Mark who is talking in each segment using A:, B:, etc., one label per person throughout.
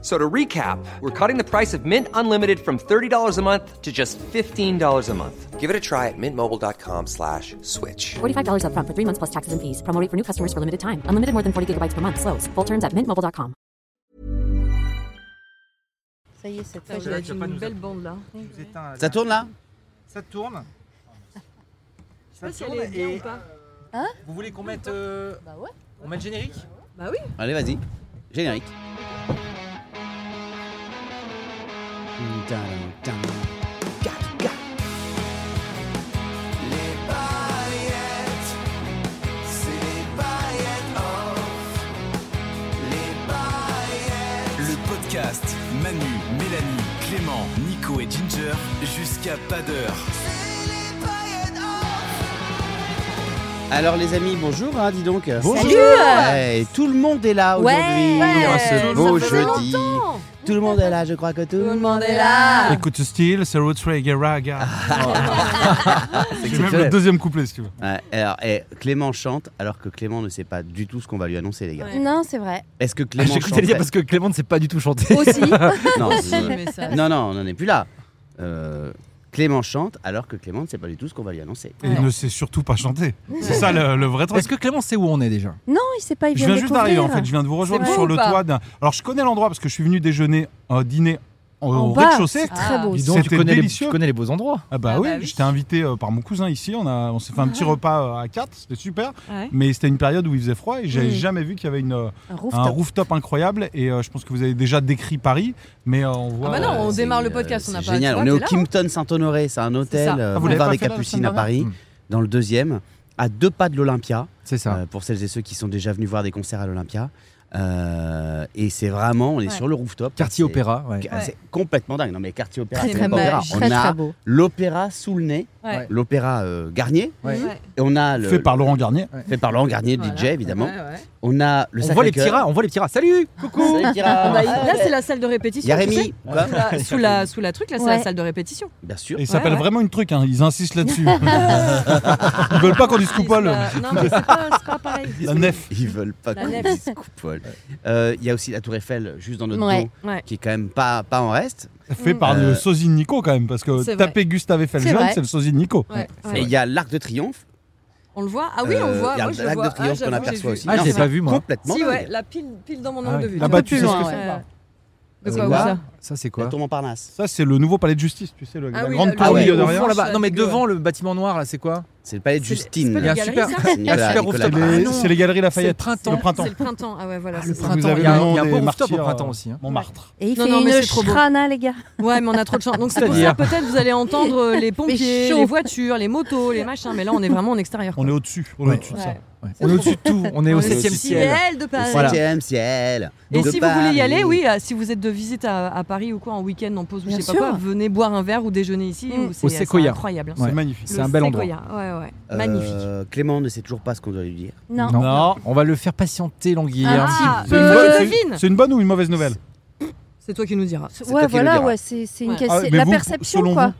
A: So to recap, we're cutting the price of Mint Unlimited from $30 a month to just $15 a month. Give it a try at mintmobile.com slash switch.
B: $45 upfront for three months plus taxes and fees. Promo rate for new customers for limited time. Unlimited more than 40 gigabytes per month. Slows. Full terms at mintmobile.com.
C: Ça y est, cette
D: Ça,
C: fois,
D: je vais pas
C: j'ai
D: nous
C: une
D: app-
C: belle bande là.
D: Vous êtes un-
E: Ça tourne là
D: Ça tourne.
C: Je
D: Ça
C: sais pas si elle est bien ou pas.
F: Hein
D: Vous voulez qu'on mette, euh,
C: Bah ouais.
D: on mette générique
C: Bah oui.
E: Allez, vas-y. Générique.
G: Le podcast Manu, Mélanie, Clément, Nico et Ginger jusqu'à pas d'heure.
E: Alors les amis, bonjour, hein, dis donc.
C: Salut
E: Ouais, tout le monde est là
C: Ouais.
E: aujourd'hui, en
C: Ouais,
E: ce beau
C: ça faisait
E: jeudi. Tout le monde est là, je crois que tout
C: Tout
E: le
C: le
E: monde.
C: monde est là.
D: Écoute ce style, c'est Roots Reggae Raga. J'ai même le deuxième couplet si tu veux.
E: Ouais, alors, eh, Clément chante alors que Clément ne sait pas du tout ce qu'on va lui annoncer, les gars.
C: Ouais.
H: Non, c'est vrai.
E: Est-ce que Clément
F: J'ai
E: chante
F: écouté le Ah, dire parce que Clément ne sait pas du tout chanter.
H: Aussi.
E: non,
C: Oui,
E: euh,
C: mais ça-
E: non, non, on n'en est plus là. Euh, Clément chante alors que Clément ne sait pas du tout ce qu'on va lui annoncer.
I: Et il ne sait surtout pas chanter. C'est ça le, le vrai truc.
F: Est-ce que Clément sait où on est déjà
H: non, il sait pas. Il
I: Je
H: vient
I: viens juste d'arriver en fait, je viens de vous rejoindre
C: vrai
I: sur
C: ou
I: le
C: pas
I: toit d'un. Alors je connais l'endroit parce que je suis venu déjeuner, euh, dîner en-
H: En
I: au
H: bas,
I: rez-de-chaussée.
H: c'est très
C: Ah.
H: beau.
F: Dis donc, tu
I: C'était
F: connais, les,
I: délicieux.
F: tu connais les beaux endroits.
I: Ah bah
C: Ah
I: oui,
C: bah oui. Ah.
I: j'étais invité euh, par mon cousin ici, on, a, on s'est fait un petit repas euh, à quatre, c'était super.
C: Ouais.
I: Mais c'était une période où il faisait froid et j'avais
C: Mm.
I: jamais vu qu'il y avait une, euh,
H: Un
I: un
H: rooftop.
I: rooftop incroyable. Et euh, je pense que vous avez déjà décrit Paris, mais euh, on voit.
C: bah non,
E: Euh,
C: on
E: c'est,
C: démarre le
E: euh,
C: podcast, on
E: c'est
C: n'a pas-
E: Génial,
C: tu vois,
E: on est au
C: t'es là, hein.
E: Kimpton Saint-Honoré, c'est un hôtel,
C: ça.
E: euh,
I: Ah, vous l'avez
E: boulevard
I: pas
E: des
I: fait, là, la
E: Capucines
I: semaine
E: à Paris,
F: dernière
E: dans le deuxième, à deux pas de l'Olympia.
F: Hmm. C'est ça.
E: Euh, pour celles et ceux qui sont déjà venus voir des concerts à l'Olympia. Euh, et c'est vraiment, on est
H: Ouais.
E: sur le rooftop.
F: Quartier
E: C'est-
F: opéra. ouais.
E: C'est complètement dingue. Non mais quartier opéra,
C: Très,
E: c'est même
C: très
E: pas opéra.
C: moche.
E: On
H: Très,
E: a
H: très beau.
E: l'opéra sous le nez,
C: Ouais.
E: l'opéra euh, Garnier,
F: Ouais.
C: Ouais.
E: et on a le,
I: euh, Fait par Laurent Garnier.
E: fait par Laurent Garnier,
C: Voilà.
E: DJ évidemment.
C: Ouais, ouais.
E: On a le
F: On voit les petits
E: Sacré-Cœur.
F: rats, on voit les petits rats. Salut
E: Salut, les petits rats.
C: Ah bah, là, c'est la salle de répétition.
E: Il y a
C: tu sais.
E: Rémi, quoi
C: Sous la- sous, la, sous la truc, là, c'est la
H: Ouais.
C: salle de répétition.
E: bien sûr.
I: Et ils s'appellent
C: ouais.
I: vraiment une truc, hein, ils insistent là-dessus. ils veulent pas qu'on dise
C: Ils sont
I: coupole.
C: là- Non, mais c'est pas, c'est pas pareil.
I: La nef.
E: Ils veulent pas
C: La
E: qu'on
C: nef.
E: dise coupole. Euh, Il y a aussi la Tour Eiffel juste dans notre
H: Ouais.
E: dos,
C: Ouais.
E: qui est quand même pas pas en reste.
I: Fait par
E: Euh,
I: le sosie de Nico quand même, parce que
C: c'est
I: taper Gustave Eiffel
H: C'est
I: jaune,
H: vrai.
I: c'est le sosie de Nico.
C: Ouais, ouais.
E: Et il y a l'Arc de Triomphe.
C: On le voit Ah oui, on le
E: Euh,
C: voit.
E: Il y a
C: Moi, je le
E: l'Arc
C: vois.
E: de Triomphe
C: Ah,
E: qu'on
C: j'avoue,
E: aperçoit
C: j'ai
E: aussi.
C: vu.
F: Ah, je l'ai
C: Ouais.
F: pas vu moi.
E: Complètement.
C: Si, ouais,
E: dingue.
C: la pile, pile dans mon
I: Ah
C: angle
I: ouais.
C: de vue.
I: Là-bas, tu
H: plus
I: sais ce
H: loin,
I: que
H: ouais.
I: c'est.
C: Ouais. De
E: C'est
C: quoi, où
E: quoi
C: ça
F: Euh, Ça c'est
E: La
F: quoi
E: Tour Montparnasse.
I: Ça, c'est le nouveau palais de justice, tu sais, le,
C: Ah
I: la
C: oui,
I: grande
C: là,
I: tour
E: là,
I: au
E: oui,
I: milieu
F: au fond,
I: derrière.
C: là-bas.
F: là-bas. Non mais
C: C'est dégueu,
F: devant le bâtiment noir là, c'est quoi
E: C'est le palais de
C: C'est-
E: Justine.
C: c'est pas
F: Il y a un
C: Galerie,
F: super,
C: ça
F: il y a un
E: Nicolas-
F: super
E: Nicolas
F: rooftop.
E: Blanc.
I: Les-
F: Ah non,
I: c'est les galeries
F: c'est le
I: Lafayette.
F: printemps.
I: Le printemps.
C: C'est le printemps. Ah ouais, voilà.
F: Ah,
C: c'est
F: le
C: ça.
F: printemps.
I: Vous avez
F: Il y a
I: le
F: un-
I: nom
F: il y a un
I: des
F: beau rooftop au
I: martyrs,
F: printemps
I: euh,
F: aussi. hein.
I: Montmartre.
H: Et il
C: Non,
H: fait
C: non, mais
H: une
C: c'est trop beau.
H: shrana, les gars.
C: Ouais, mais on a trop de chance. Donc, c'est pour ça,
F: C'est-à-dire
C: peut-être, vous allez entendre euh, les pompiers,
H: chaud.
C: les voitures, les motos, les machins. Mais là, on est vraiment en extérieur.
I: On est
C: quoi.
I: au-dessus. On est
F: Ouais.
I: au-dessus de ça.
C: Ouais.
F: Ouais. On est au-dessus de tout, on est au
C: On est
F: septième
C: au
F: ciel.
C: de
E: Au
C: Paris.
F: Voilà.
E: septième ciel.
C: Et
E: de
C: si vous voulez y aller,
E: Paris.
C: oui, euh, si vous êtes de visite à, à Paris ou quoi, en week-end, en pause ou je
H: Bien
C: sais
H: sûr.
C: pas quoi, venez boire un verre ou déjeuner ici.
H: Mm.
C: ou
F: Au
C: C'est c'est
F: Sequoia.
C: incroyable. hein.
F: Ouais.
I: C'est magnifique.
F: C'est
C: Le
F: un bel endroit.
C: Sequoia, Ah, Ouais, ouais.
E: Euh,
C: Magnifique.
E: Clément ne sait toujours pas ce qu'on doit lui dire.
H: Non.
F: Non.
I: Non.
F: On va le faire patienter Languille.
H: Un
C: Ah,
H: petit
I: C'est une
C: une
H: peu.
C: bonne
I: bonne-
C: devine.
I: c'est- C'est une bonne ou une mauvaise nouvelle
C: C'est toi qui nous diras.
E: C'est toi
H: Ouais,
E: qui le
H: voilà,
E: diras.
H: ouais, c'est c'est une
C: Ouais.
H: question.
I: Ah, mais
H: la
I: vous,
H: perception,
I: selon
H: quoi.
I: vous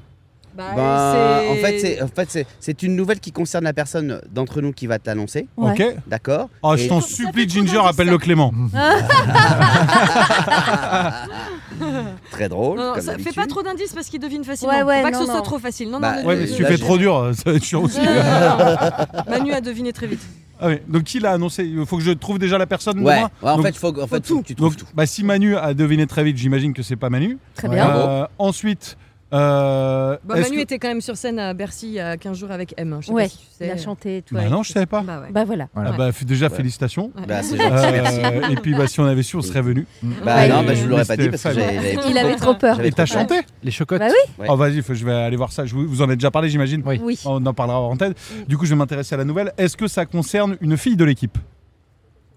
C: Bah,
E: Bah, en
C: c'est-
E: fait, c'est en fait, c'est- c'est une nouvelle qui concerne la personne d'entre nous qui va te l'annoncer.
H: Ouais.
I: Ok.
E: D'accord
I: Oh, je
E: Et-
I: t'en
C: Ça fait
I: supplie,
C: trop
I: Ginger,
C: d'indices,
I: appelle le
C: ça.
I: Clément.
E: Très drôle.
C: Non, non,
E: comme
C: ça fait
E: d'habitude.
C: pas trop d'indices parce qu'il devine facilement.
H: Ouais, ouais,
C: Faut pas que
H: non,
C: ce soit
H: non.
C: trop facile. Non,
E: Bah,
C: non, non,
E: ouais,
I: Ouais,
C: non,
I: mais
E: Euh,
I: si
C: non,
I: tu
E: là,
I: fais
E: j'ai-
I: trop dur, ça va être chiant aussi.
C: non, non, non. Manu a deviné très vite.
I: Ah oui, Donc, qui l'a annoncé Il faut que je trouve déjà la personne
E: Ouais.
I: moi
E: Ouais, en
I: Donc-
E: fait, faut, en fait, faut que tu trouves
I: Donc,
E: tout.
I: bah, si Manu a deviné très vite, j'imagine que c'est pas Manu.
H: Très
F: Ouais.
H: bien.
E: Bravo.
I: Euh, ensuite. euh,
C: Bah,
I: est-ce
C: Manu
I: que-
C: était quand même sur scène à Bercy il y a 15 jours avec M. hein. Je sais
H: Ouais,
C: pas si tu sais.
H: il a chanté et tout.
I: Bah
H: avec-
I: non, je savais pas.
C: Bah ouais.
H: Bah voilà.
I: Ah bah, f- déjà, félicitations.
C: Ouais.
E: Bah, c'est gentil, merci.
I: Euh, et puis bah, si on avait su, on serait venu.
E: Bah,
H: Ouais.
E: non, bah, je vous l'aurais pas dit
I: C'était
E: parce que
I: fabuleux.
E: j'avais. j'avais-
H: Il avait trop peur.
E: j'avais
I: Et t'as
E: trop peur.
I: chanté
F: Les chocottes.
H: Bah oui.
E: Ouais.
I: Oh vas-y, faut- je vais aller voir ça. Je vous, vous en avez déjà parlé, j'imagine.
F: Oui.
H: Oui.
I: On en parlera en tête. Du coup, je vais m'intéresser à la nouvelle. Est-ce que ça concerne une fille de l'équipe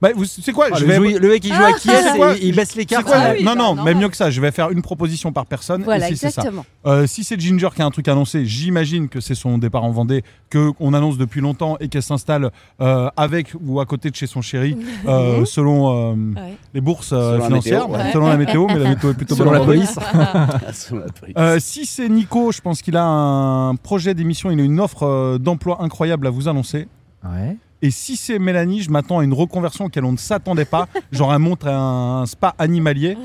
I: Bah, vous- c'est quoi
F: Ah,
I: je
F: le,
I: vais-
F: jou- le mec qui joue à qui est,
I: C'est quoi
F: il, il baisse les
I: C'est
F: cartes. hein.
I: quoi
H: Ah
I: le-
H: oui,
I: non,
H: bah,
I: non, mais
H: normal.
I: mieux que ça, je vais faire une proposition par personne.
H: Voilà,
I: et si c'est ça.
H: exactement.
I: Euh, si c'est Ginger qui a un truc annoncé, j'imagine que c'est son départ en Vendée, que qu'on annonce depuis longtemps et qu'elle s'installe euh, avec ou à côté de chez son chéri, euh, selon euh,
H: Ouais.
I: les bourses euh,
E: Selon la
I: financières,
E: météo, ouais.
I: selon la météo, mais la météo est plutôt
F: Selon
I: bonne
F: la
I: en Vendée.
F: police.
I: Euh, si c'est Nico, je pense qu'il a un projet d'émission, il a une offre euh, d'emploi incroyable à vous annoncer.
F: Ouais.
I: Et si c'est Mélanie, je m'attends à une reconversion auquel on ne s'attendait pas, genre un montre à un spa animalier.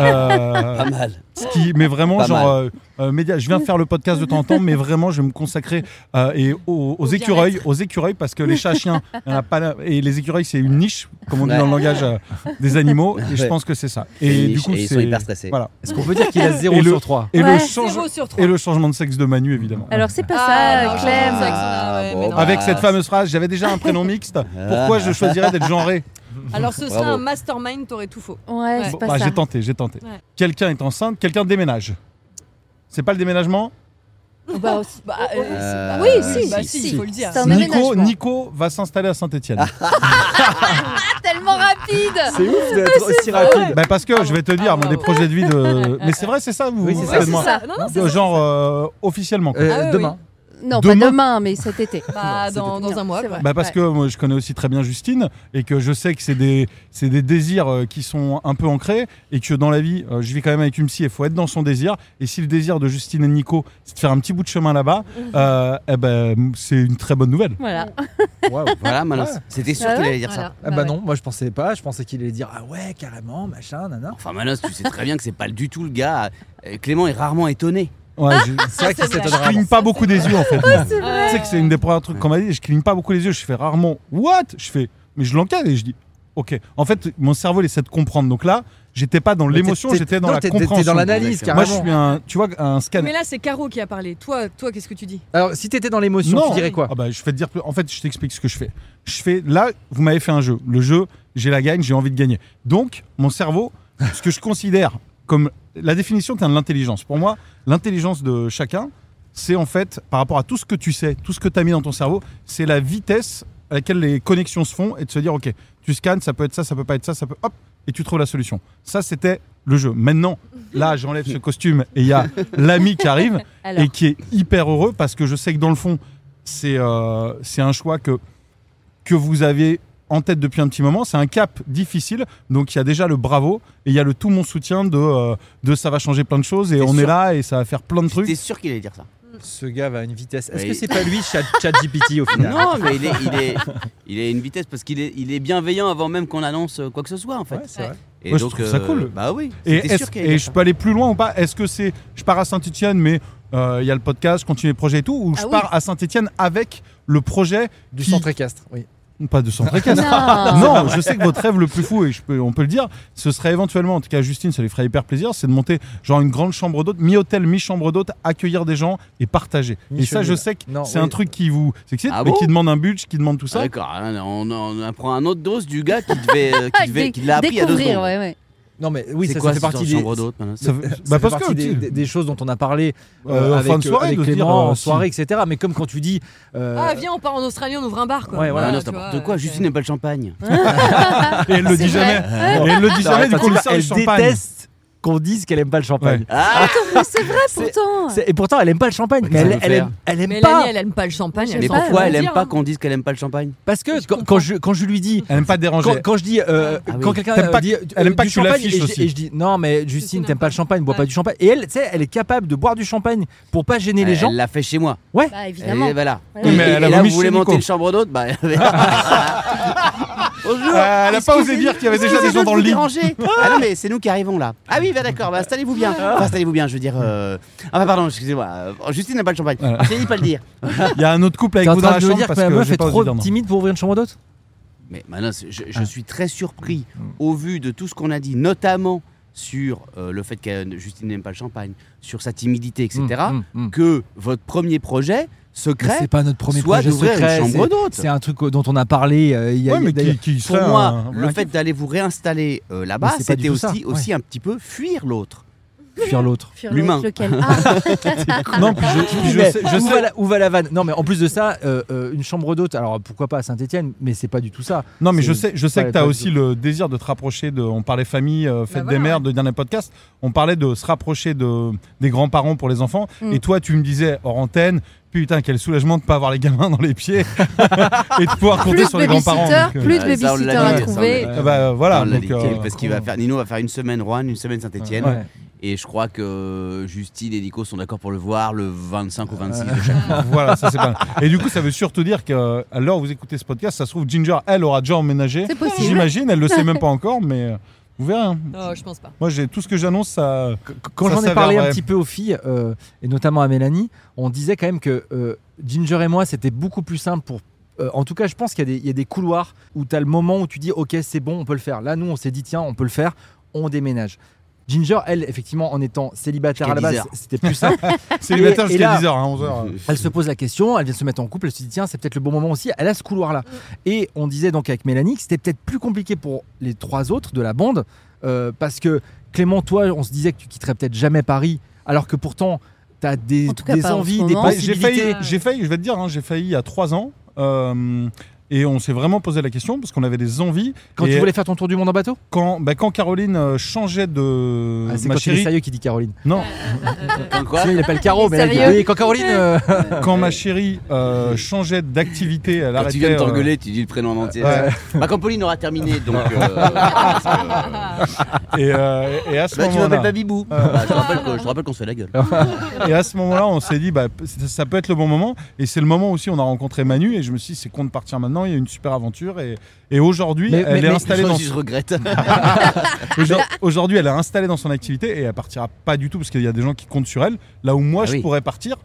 I: Euh,
E: Pas mal.
I: ce qui, mais vraiment,
E: Pas
I: genre, euh, euh, média, je viens faire le podcast de temps en temps, mais vraiment, je vais me consacrer euh, et aux, aux
H: Au
I: écureuils, aux écureuils, parce que les chats chiens, il y en a pas, et les écureuils, c'est une niche, comme on dit
E: Ouais.
I: dans le langage euh, des animaux, et je
E: Ouais.
I: pense que c'est ça.
E: C'est une
I: Et du
E: niche
I: coup,
E: et ils sont
I: c'est-
E: hyper stressés.
I: Voilà.
F: Est-ce qu'on peut dire qu'il a 0
I: Et le-
F: sur 3
I: Et, le
H: Ouais.
I: change-
C: Zéro sur trois.
I: et le changement de sexe de Manu, évidemment.
H: Alors, c'est pas
C: Ah,
H: ça, euh,
C: non,
H: Clem.
C: je sais que ça, ouais, mais non.
I: Avec
E: Ah,
I: cette fameuse phrase, j'avais déjà un prénom mixte, pourquoi je choisirais d'être genré
C: Alors ce serait
E: Bravo.
C: un mastermind, t'aurais tout faux.
H: Ouais, c'est
I: Bon,
H: pas
I: bah,
H: ça.
I: J'ai tenté, j'ai tenté.
C: Ouais.
I: Quelqu'un est enceinte, quelqu'un déménage. C'est pas le déménagement
H: Bah, aussi- bah, euh,
E: Euh,
H: oui, si,
C: Bah
E: si,
C: si,
E: si.
C: il faut le dire.
H: C'est un
I: Nico,
H: déménagement.
I: Nico va s'installer à Saint-Etienne.
H: c'est tellement rapide.
E: C'est
C: Ah,
E: ouf d'être aussi rapide.
I: Bah, parce que je vais te dire,
C: Bravo.
I: des projets de vie de. Mais c'est vrai, c'est ça, vous
F: Oui,
I: vous
F: c'est
C: Oui,
I: faites
H: c'est
I: moi.
H: ça.
C: Non, non, c'est
I: Euh,
C: ça.
I: Genre euh, officiellement. quoi.
F: Euh,
C: Ah oui,
F: Demain.
H: Non,
I: Demain
H: pas demain, mais cet été.
C: Bah, dans, dans
H: Non,
C: un mois.
H: c'est
C: quoi.
H: vrai.
I: Bah parce
H: Ouais.
I: que moi je connais aussi très bien Justine et que je sais que c'est des, c'est des désirs euh, qui sont un peu ancrés et que dans la vie euh, je vis quand même avec une psy et faut être dans son désir et si le désir de Justine et de Nico c'est de faire un petit bout de chemin là-bas euh, eh ben, c'est une très bonne nouvelle.
H: Voilà.
E: Voilà, maintenant,
F: Ouais.
E: c'était sûr
H: Ah
E: qu'il allait dire
C: Voilà.
E: ça.
F: Ah bah non, moi je pensais pas, je pensais qu'il allait dire ah ouais carrément, machin, nana.
E: Enfin, Manos, tu sais très bien que c'est pas du tout le gars. euh, Clément est rarement étonné.
I: Ouais, je,
F: C'est vrai qu'il
C: c'est
I: je
F: s'étonnera.
I: cligne pas beaucoup des yeux en fait.
H: C'est vrai.
I: Tu sais que c'est une des premières trucs qu'on m'a dit, je cligne pas beaucoup les yeux, je fais rarement what Je fais mais je l'encadre et je dis OK. En fait, mon cerveau il essaie de comprendre. Donc là, j'étais pas dans l'émotion,
F: T'es-
I: j'étais dans
F: non,
I: la
F: t'es- t'es-
I: compréhension.
F: T'es dans l'analyse
E: Exactement.
F: carrément.
I: Moi je suis un tu vois un scan.
C: Mais là, c'est Caro qui a parlé. Toi, toi qu'est-ce que tu dis
F: Alors si t'étais dans l'émotion,
I: Non.
F: tu dirais quoi
I: Ah bah, je fais te dire plus- en fait je t'explique ce que je fais. Je fais là vous m'avez fait un jeu. Le jeu, j'ai la gagne, j'ai envie de gagner. Donc mon cerveau ce que je considère comme la définition tiens, de l'intelligence. Pour moi, l'intelligence de chacun, c'est en fait par rapport à tout ce que tu sais, tout ce que tu as mis dans ton cerveau, c'est la vitesse à laquelle les connexions se font et de se dire OK, tu scannes, ça peut être ça, ça peut pas être ça, ça peut hop et tu trouves la solution. Ça c'était le jeu. Maintenant, là, j'enlève ce costume et il y a l'ami qui arrive
H: Alors,
I: et qui est hyper heureux parce que je sais que dans le fond, c'est euh, c'est un choix que, que vous avez en tête depuis un petit moment. C'est un cap difficile. Donc il y a déjà le bravo et il y a le tout mon soutien de, euh, de ça va changer plein de choses et
E: T'es
I: on
E: sûr
I: est là et ça va faire plein de
E: J'étais
I: trucs.
E: sûr qu'il allait dire ça.
F: Ce gars va à une vitesse. Est-ce
E: Oui.
F: que c'est pas lui chat, ChatGPT au final
E: Non, mais il est, il est, il est une vitesse parce qu'il est, il est bienveillant avant même qu'on annonce euh, quoi que ce soit en fait.
F: Ouais, c'est vrai.
E: Et
I: Ouais, je trouve ça cool.
E: Bah oui.
I: Et,
E: c'était
I: est-ce-
E: sûr qu'il allait
I: et
E: dire
I: je
E: ça.
I: peux aller plus loin ou pas Est-ce que c'est je pars à Saint-Etienne mais euh, il y a le podcast, je continue les projets et tout ou je
H: Ah oui.
I: pars à Saint-Etienne avec le projet
F: Du
I: qui-
F: centre équestre, oui.
I: Pas de centre équestre.
H: non.
I: Non, je sais que votre rêve le plus fou, et je peux, on peut le dire, ce serait éventuellement, en tout cas à Justine, ça lui ferait hyper plaisir, c'est de monter genre une grande chambre d'hôte, mi-hôtel, mi-chambre d'hôte, accueillir des gens et partager. et ça,
F: Mi-chemin.
I: je sais que
F: Non,
I: c'est
F: oui.
I: un truc qui vous excite,
E: Ah
I: mais
E: bon
I: qui demande un budget, qui demande tout
E: Ah,
I: ça.
E: D'accord, on, on, on apprend un autre dose du gars qui devait, euh, qui devait- qui l'a appris il y a deux
H: Découvrir,
E: secondes.
H: ouais, ouais.
F: Non mais oui,
E: c'est
F: ça,
E: quoi
F: ça fait
E: cette
F: partie des
E: chambre d'hôte maintenant
I: Ça fait-
F: ça fait
I: bah, parce
F: partie
I: que,
F: des,
I: tu-
F: des- des choses dont on a parlé
I: Euh, en
F: avec,
I: fin de soirée,
F: avec
I: de se
F: Clément
I: dire, euh,
F: en
I: si-
F: soirée, etc. Mais comme quand tu dis euh,
C: Ah, viens, on part en Australie, on ouvre un bar, quoi.
F: Ouais, voilà.
E: Ah,
F: Ah,
E: non,
C: tu
E: c'est n'importe
C: vois,
E: quoi,
C: euh,
E: Justine n'aime pas le champagne.
I: Et elle le
H: C'est
I: dit
H: vrai.
I: jamais. Et elle le dit
F: Non,
I: jamais,
F: attends,
I: du coup, on lui
F: tu vois,
I: sert le
F: elle
I: champagne.
F: déteste qu'on dise qu'elle aime pas le champagne.
E: Ah
H: Mais c'est vrai pourtant.
F: C'est- Et pourtant, elle aime pas le champagne. Mais
E: qu'est-ce
F: elle,
E: qu'on peut
F: elle
E: faire
F: aime, elle aime pas.
C: Mélanie, elle aime pas le champagne.
E: Mais
H: sais pas,
E: pourquoi
H: elle
C: aime
E: elle aime pas qu'on dise qu'elle aime pas le champagne
F: Parce que quand, quand je, quand je lui dis.
I: Elle n'aime pas déranger.
F: Quand, quand je dis, euh,
E: Ah oui.
F: quand quelqu'un
I: T'aimes
F: euh,
I: pas-
F: dit,
I: elle aime pas
F: du
I: que tu
F: champagne,
I: l'affiches
F: et je-
I: aussi.
F: Et je dis, non, mais Justine, t'aimes pas le champagne, bois
C: Ouais.
F: pas du champagne. Et elle, tu sais, elle est capable de boire du champagne pour pas gêner les
E: Elle-
F: gens.
E: Elle l'a fait chez moi.
H: Bah
E: Et
H: évidemment.
E: voilà.
H: Oui,
E: Et-
I: mais
E: et
I: elle a
E: là,
I: vomi
E: vous
I: chez
E: voulez
I: Nico.
E: monter une chambre d'hôte bah, Bonjour.
I: Euh, elle a pas osé
E: Excusez-
I: dire qu'il y avait déjà des gens
E: excusez-moi de
I: dans
E: vous
I: le lit.
E: déranger. ah non, mais c'est nous qui arrivons là. Ah oui, bah, d'accord, bah, installez-vous bien.
I: Ah.
E: Enfin, installez-vous bien, je veux dire. euh, Ah bah pardon, excusez-moi. euh, Justine n'a pas le champagne.
I: Voilà.
E: Ah, Je t'ai dit de pas le dire.
I: Il y a un autre couple
F: T'es
I: avec
F: en
I: vous dans
F: train de
I: la
F: Mm, me
I: chambre
F: dire que
I: parce
F: ma
I: que
F: meuf
I: j'ai
F: est
I: pas
F: trop
I: osé dire non.
F: timide pour ouvrir une chambre d'hôte
E: Mais Manos, je,
I: Ah.
E: je suis très surpris
I: Mm.
E: au vu de tout ce qu'on a dit, notamment sur euh, le fait que Justine n'aime pas le champagne, sur sa timidité, etc.
F: Mm, mm, mm.
E: Que votre premier projet
F: Mais
E: secret
F: C'est pas notre premier
E: soit
F: projet
E: d'ouvrir
F: secret.
E: une chambre
F: c'est-
E: d'hôte.
F: C'est un truc euh, dont on a parlé euh, il y a,
I: Ouais, mais
F: d'ailleurs-
I: qui, qui
E: Pour
I: serait
E: moi,
I: un-
E: le
I: un-
E: fait d'aller vous réinstaller euh, là-bas,
F: Mais c'est pas
E: c'était
F: du tout
E: aussi,
F: ça,
E: aussi un petit peu fuir l'autre.
I: Fuir l'autre.
H: Fuir
E: L'humain.
H: l'autre, Lequel Ah,
I: Non, puis je, puis je
F: Ah, Mais
I: sais, je
F: où,
I: sais-
F: va la, où va la vanne Non, mais en plus de ça, euh, euh, une chambre d'hôte. Alors pourquoi pas à Saint-Etienne, mais c'est pas du tout ça.
I: non, mais je
F: C'est-
I: sais, je sais
F: ouais,
I: que tu as
F: pas
I: aussi
F: du-
I: le désir de te rapprocher de. On parlait famille,
H: Bah
I: euh, fête
C: voilà,
I: des mères, de dernier podcast. On parlait de se rapprocher de, des grands-parents pour les enfants.
H: Mm.
I: Et toi, tu me disais hors antenne, putain, quel soulagement de pas avoir les gamins dans les pieds et de pouvoir compter
H: plus
I: sur
H: de
I: les grands-parents.
H: babysitter,
I: donc, euh,
H: plus de
E: Ouais, ça, on l'a
H: babysitter
E: dit,
H: à
E: ça, on
H: trouver.
E: l'a dit.
I: Ah bah, euh, voilà.
E: On Oh, l'a
I: donc,
E: dit,
I: euh,
E: parce qu'il va faire Nino va faire une semaine Rouen, une semaine Saint-Etienne.
F: Ouais.
E: Et je crois que Justine et Nico sont d'accord pour le voir le 25 ou 26
I: Euh,
E: de chaque mois.
I: voilà, ça c'est pas. Et du coup, ça veut surtout dire que euh, à l'heure où vous écoutez ce podcast, ça se trouve Ginger, elle aura déjà emménagé.
H: C'est
C: Ah,
H: possible.
I: J'imagine, elle le sait même pas encore, mais euh, vous verrez. hein.
C: Non, je pense pas.
I: Moi, j'ai tout ce que j'annonce, ça.
F: Quand
I: ça
F: j'en ai
I: s'avère
F: parlé un
I: vrai.
F: petit peu aux filles, euh, et notamment à Mélanie, on disait quand même que euh, Ginger et moi, c'était beaucoup plus simple pour. euh, en tout cas, je pense qu'il y, a des- il y a des couloirs où tu as le moment où tu dis, OK, c'est bon, on peut le faire. Là, nous, on s'est dit, tiens, on peut le faire, on déménage. Ginger, elle, effectivement, en étant célibataire
E: Jusqu'à
F: à la
E: 10
F: base,
E: heures.
F: c'était plus simple.
I: Célibataire
F: Et- et
I: jusqu'à hein,
F: là-
I: 10h, 11h.
F: Elle se pose la question, elle vient de se mettre en couple, elle se dit tiens, c'est peut-être le bon moment aussi, elle a ce couloir-là. Et on disait donc avec Mélanie que c'était peut-être plus compliqué pour les trois autres de la bande, euh, parce que Clément, toi, on se disait que tu quitterais peut-être jamais Paris, alors que pourtant, tu as des,
H: En tout cas,
F: des
H: pas en
F: envies,
H: ce
F: des
H: moment.
I: Bah, j'ai failli,
F: possibilités.
I: j'ai failli, je vais te dire, hein, j'ai failli il y a 3 ans. euh, et on s'est vraiment posé la question parce qu'on avait des envies.
F: Quand
I: Et euh,
F: tu voulais faire ton tour du monde en bateau
I: quand, bah, quand Caroline euh, changeait de.
F: Ah, C'est
I: Euh,
F: quand il
I: ma
F: est
I: chérie.
F: sérieux qui dit Caroline.
I: Non,
E: Comme quoi
F: Sinon, il appelle Caro,
H: Bah, Il est
F: mais elle dit,
H: sérieux.
F: oui, quand Caroline. euh,
I: quand ma chérie euh, changeait d'activité, elle
E: Quand
I: arrêtait.
E: tu viens de
I: euh,
E: t'engueuler, tu dis le prénom en entier.
I: Ouais.
E: Bah, quand Pauline aura terminé, donc. euh, parce que, euh,
I: et, euh, et à ce
E: bah, tu
I: moment-là.
E: m'appelles pas Bibou. Bah, je te rappelle que- je te rappelle qu'on se fait la gueule.
I: Et à ce moment-là, on s'est dit, bah, p- ça, ça peut être le bon moment. Et c'est le moment aussi, on a rencontré Manu. Et je me suis dit, c'est con de partir maintenant. Il y a une super aventure. Et, et aujourd'hui,
F: Mais-
I: elle
F: mais-
I: est
F: mais-
I: installée
E: Je-
I: dans.
E: je regrette.
I: Aujourd'hui- Aujourd'hui, elle est installée dans son activité et elle partira pas du tout parce qu'il y a des gens qui comptent sur elle. Là où moi,
E: Ah
I: je
E: oui.
I: pourrais partir.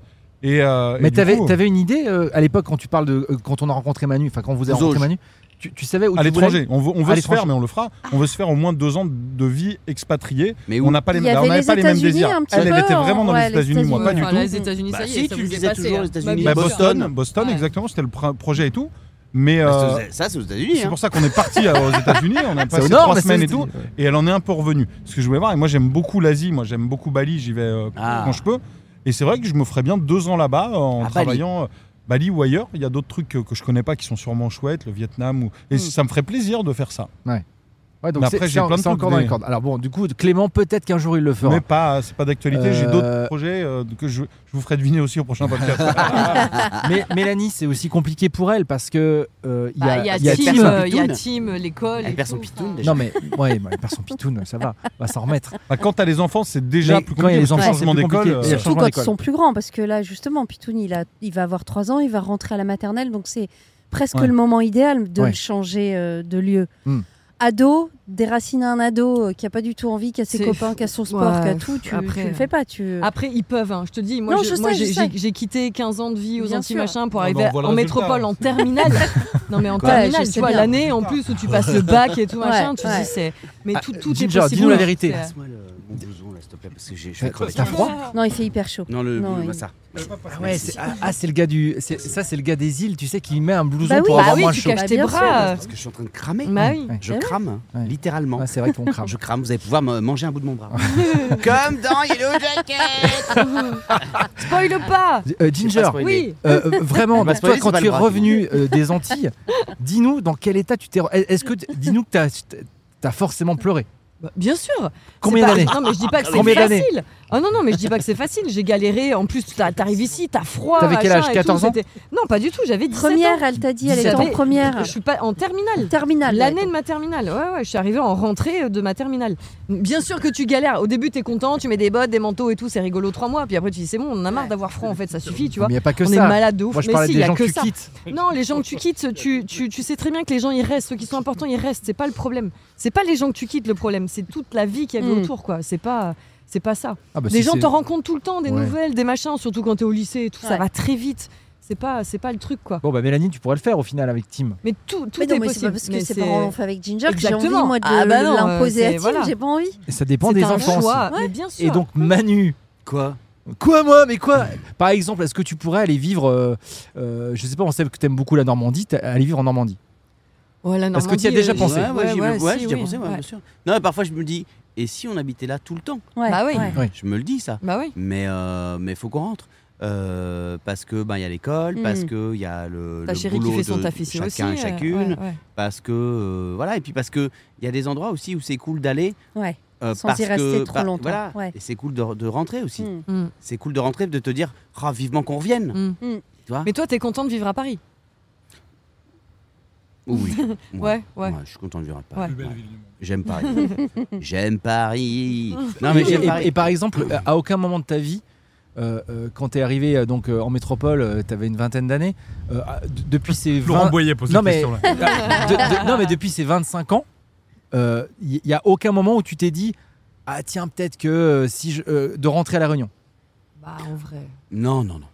I: Et, euh, et
F: Mais
I: du
F: t'avais
I: coup,
F: avais une idée euh, à l'époque quand tu parles de. euh, quand on a rencontré Manu, enfin quand vous avez
E: Zauge.
F: rencontré Manu, tu, tu savais où
I: à
F: tu voulais-
I: l'étranger, on veut, on veut
F: À
I: se
F: l'étranger.
I: faire, mais on le fera. On veut se faire au moins deux ans de vie expatriée.
E: Mais où
I: on n'a pas les,
H: Il y avait
I: on n'avait
H: les
I: pas les mêmes
H: États-Unis
I: désirs.
H: un petit
I: Elle, elle
H: peu,
I: était vraiment dans
H: ouais,
I: les
H: les
I: États-Unis, moi pas
H: États-Unis,
I: du
H: ouais.
I: tout.
C: Voilà, les États-Unis,
E: Bah
C: ça y est,
E: si,
C: ça
E: tu
C: vous
E: le
C: est
E: disais
C: passé,
E: toujours aux
C: hein.
E: États-Unis,
C: Bah, bien sûr.
I: Boston, Boston,
C: Ouais.
I: exactement. C'était le pr- projet et tout. Mais euh,
E: Bah, c'est aux- Ça, c'est aux États-Unis.
I: C'est
E: hein.
I: pour ça qu'on est parti euh, aux États-Unis, on a
F: C'est
I: passé
F: au nord,
I: trois
F: mais c'est
I: semaines et
F: aux
I: tout,
F: États-Unis, ouais.
I: et elle en est un peu revenue. Ce que je voulais voir, et moi j'aime beaucoup l'Asie, moi j'aime beaucoup Bali, j'y vais euh,
E: Ah.
I: quand je peux. Et c'est vrai que je me ferais bien deux ans là-bas euh, en
E: À Bali.
I: travaillant euh, Bali. ou ailleurs. Il y a d'autres trucs que, que je connais pas qui sont sûrement chouettes, le Vietnam, ou...
F: Hmm.
I: et ça me ferait plaisir de faire ça.
F: Ouais, donc
I: Mais
F: c'est-
I: après,
F: c'est
I: j'ai
F: en-
I: plein de
F: c'est encore
I: trucs,
F: dans
I: mais-
F: les cordes. Alors bon, du coup, Clément, peut-être qu'un jour il le fera.
I: Mais pas, c'est pas d'actualité, j'ai
F: Euh,
I: d'autres projets euh, que je, je vous ferai deviner aussi au prochain podcast.
F: Mais Mélanie, c'est aussi compliqué pour elle parce que euh, il
C: Bah, Il
F: y a,
E: il y a
C: team,
E: personne
C: euh, il y a
E: pitoune.
C: team, l'école.
E: Elle
C: et
E: perd son
C: tout,
E: pitoune,
C: enfin.
E: déjà.
F: non mais ouais, bah, elle perd son pitoune, ça va, on va s'en remettre.
I: Bah, quand t'as les enfants, c'est déjà
F: Mais
I: plus
F: quand il y a
I: compliqué.
F: les
I: parce que
F: enfants,
I: changement
F: c'est plus
I: d'école.
F: compliqué.
I: euh,
F: Et
H: Surtout
F: changement
H: quand
F: d'école.
H: ils sont plus grands, parce que là, justement, Pitoun, il, a, il va avoir 3 ans, il va rentrer à la maternelle, donc c'est presque
I: Ouais.
H: le moment idéal de
F: Ouais.
H: le changer euh, de lieu.
F: Hmm.
H: Ado, déraciner un ado euh, qui a pas du tout envie, qui a ses
C: C'est-
H: copains, qui a son sport,
C: Ouais,
H: qui a tout, tu,
C: après-
H: tu le fais pas. Tu...
C: Après, ils peuvent, hein. je te dis. Moi,
H: Euh. Non,
C: je-
H: je sais,
C: moi,
H: je
C: j'ai-
H: sais.
C: j'ai j'ai quitté 15 ans de vie aux
H: Bien
C: Antilles,
H: sûr.
C: machin, pour
I: Non,
C: arriver
I: mais on voit le
C: en
I: résultat,
C: métropole,
I: hein.
C: en terminale. non, mais en
F: Quoi
H: Ouais,
C: terminale,
H: je
C: tu
H: sais
C: vois,
H: bien.
C: l'année en plus où tu passes le bac et tout, machin, tu
H: ouais.
C: dis c'est. Mais tout, tout est
F: Ah, Ginger,
C: possible.
F: dis-nous la vérité.
C: C'est-
E: Passe-moi le- mon blouson, là, s'il te plaît, parce que j'ai- je vais crever.
F: Euh, T'as froid
H: Non, il fait hyper chaud.
E: Non, le.
H: Non,
E: le-
H: il-
E: ça.
F: Ah ouais, c'est- ah, ah, c'est le gars du, c'est- ça c'est le gars des îles, tu sais, qui met un blouson
H: Bah oui,
F: pour
H: bah
F: avoir
H: oui,
F: moins
C: tu
F: chaud.
C: caches
H: Bah,
C: tes
H: bien
C: bras.
E: Parce que je suis en train de cramer.
C: Ah. Bah oui.
F: Ouais.
E: Je
H: Eh oui.
E: crame, hein,
F: Ouais.
E: littéralement.
F: Ah, c'est vrai qu'on crame.
E: Je crame, vous allez pouvoir me manger un bout de mon bras. Comme dans Yellow Jacket
C: Spoil pas
F: Euh, Ginger,
E: spoiler.
C: Oui
F: euh, euh, vraiment,
E: Elle va
F: donc,
E: spoiler,
F: toi
E: c'est
F: quand
E: pas
F: tu
E: le
F: es
E: bras.
F: revenu euh, des Antilles, dis-nous dans quel état tu t'es, re- est-ce que t- dis-nous que t'as, t'as forcément pleuré.
C: Bah, Bien sûr
F: Combien
C: C'est pas-
F: d'années
C: Non, mais je dis pas que c'est
F: Combien d'années
C: facile Oh non, non, mais je dis pas que c'est facile, j'ai galéré, en plus t'as- t'arrives ici, t'as froid.
F: T'avais quel
C: machin
F: âge,
C: et tout,
F: 14 ans
C: c'était- Non, pas du tout, j'avais 17 ans.
H: Première, elle t'a dit, elle est en
C: J'avais-
H: première.
C: Je suis pas en terminale.
H: Terminale.
C: L'année de ma terminale. Ouais, ouais, je suis arrivée en rentrée euh, de ma terminale. Bien sûr que tu galères. Au début, t'es content, tu mets des bottes, des manteaux et tout, c'est rigolo trois mois. Puis après, tu dis, c'est bon, on en a marre d'avoir froid, en fait, ça suffit, tu vois.
F: Mais y a pas que
C: on est
F: ça.
C: malade de ouf.
F: Moi, je
C: mais
F: parlais
C: si,
F: des
C: y a
F: gens que,
C: que
F: tu
C: ça.
F: quittes.
C: Non, les gens que tu quittes, tu, tu, tu sais très bien que les gens ils restent, ceux qui sont importants ils restent. C'est pas le problème. C'est pas les gens que tu quittes le problème, c'est toute la vie qu'il y avait
H: Mm.
C: autour quoi. C'est pas c'est pas ça.
F: Ah, bah,
C: les
F: si,
C: gens
F: c'est-
C: te rencontrent tout le temps, des
F: Ouais.
C: nouvelles, des machins, surtout quand t'es au lycée et tout. Ça
H: Ouais.
C: va très vite. C'est pas c'est pas le truc quoi.
F: Bon bah Mélanie, tu pourrais le faire au final avec Tim.
C: Mais tout tout
H: Mais non,
C: est
H: mais c'est
C: possible.
H: pas parce que
C: Mais
H: ses
C: c'est-
H: parents l'ont fait avec Ginger que j'ai envie,
C: Exactement.
H: moi, de
C: Ah bah non, euh,
H: l'imposer à
C: c'est-
H: Tim,
C: voilà.
H: j'ai pas envie.
F: Et ça dépend
C: c'est
F: des
C: un
F: enfants. aussi.
C: choix. Mais bien sûr.
F: Et donc Manu,
E: Quoi
F: Quoi moi Mais quoi Par exemple, est-ce que tu pourrais aller vivre, euh, euh, je sais pas, on sait que t'aimes beaucoup la Normandie, t'as- aller vivre en Normandie
C: Oh, la
F: Parce que t'y as
C: Normandie,
F: déjà
C: euh,
F: pensé.
E: Ouais, ouais,
C: ouais,
E: j'y ai-
C: ouais,
E: ouais,
C: si,
E: j'y ai
C: oui,
E: pensé, ouais,
C: ouais.
E: bien sûr. Non, mais parfois je me dis, Et si on habitait là tout le temps
H: Ouais,
C: Bah oui.
H: ouais.
E: Je me le dis, ça.
C: Bah oui.
E: Mais euh, mais faut qu'on rentre. Euh, parce que ben il y a l'école,
H: Mm.
E: parce que il y a le,
C: Ta
E: le
C: chérie
E: boulot
C: qui fait son
E: de
C: taf ici
E: chacun
C: aussi.
E: et
C: euh,
E: chacune,
C: ouais, ouais.
E: parce que euh, voilà et puis parce que il y a des endroits aussi où c'est cool d'aller
H: Ouais.
E: euh,
H: Sans
E: parce
H: y rester
E: que-
H: trop
E: bah,
H: longtemps,
E: voilà.
H: ouais.
E: et c'est cool de, de rentrer aussi.
H: Mm.
C: Mm,
E: C'est cool de rentrer de te dire ah vivement qu'on revienne.
C: mm.
E: Tu vois
C: Mais toi, t'es content de vivre à Paris
E: Oui. Moi,
C: Mm. Ouais, ouais.
E: moi, je suis content de vivre à
C: Ouais.
E: Paris.
D: Plus belle
E: Ouais.
D: ville du monde.
E: J'aime Paris. j'aime Paris. Non
F: Et,
E: mais j'aime
F: et-
E: Paris.
F: et par exemple, euh, à aucun moment de ta vie, euh, euh, quand t'es arrivé euh, donc euh, en métropole, tu avais une vingtaine d'années. euh, à- d- depuis ces 20
D: Laurent Boyer pose
F: Non,
D: cette
F: mais-
D: question là.
F: De- de- non mais depuis ces 25 ans, il n'y a aucun moment où tu t'es dit ah tiens peut-être que euh, si je, euh, de rentrer à la Réunion.
C: Bah, en vrai.
E: Non non non.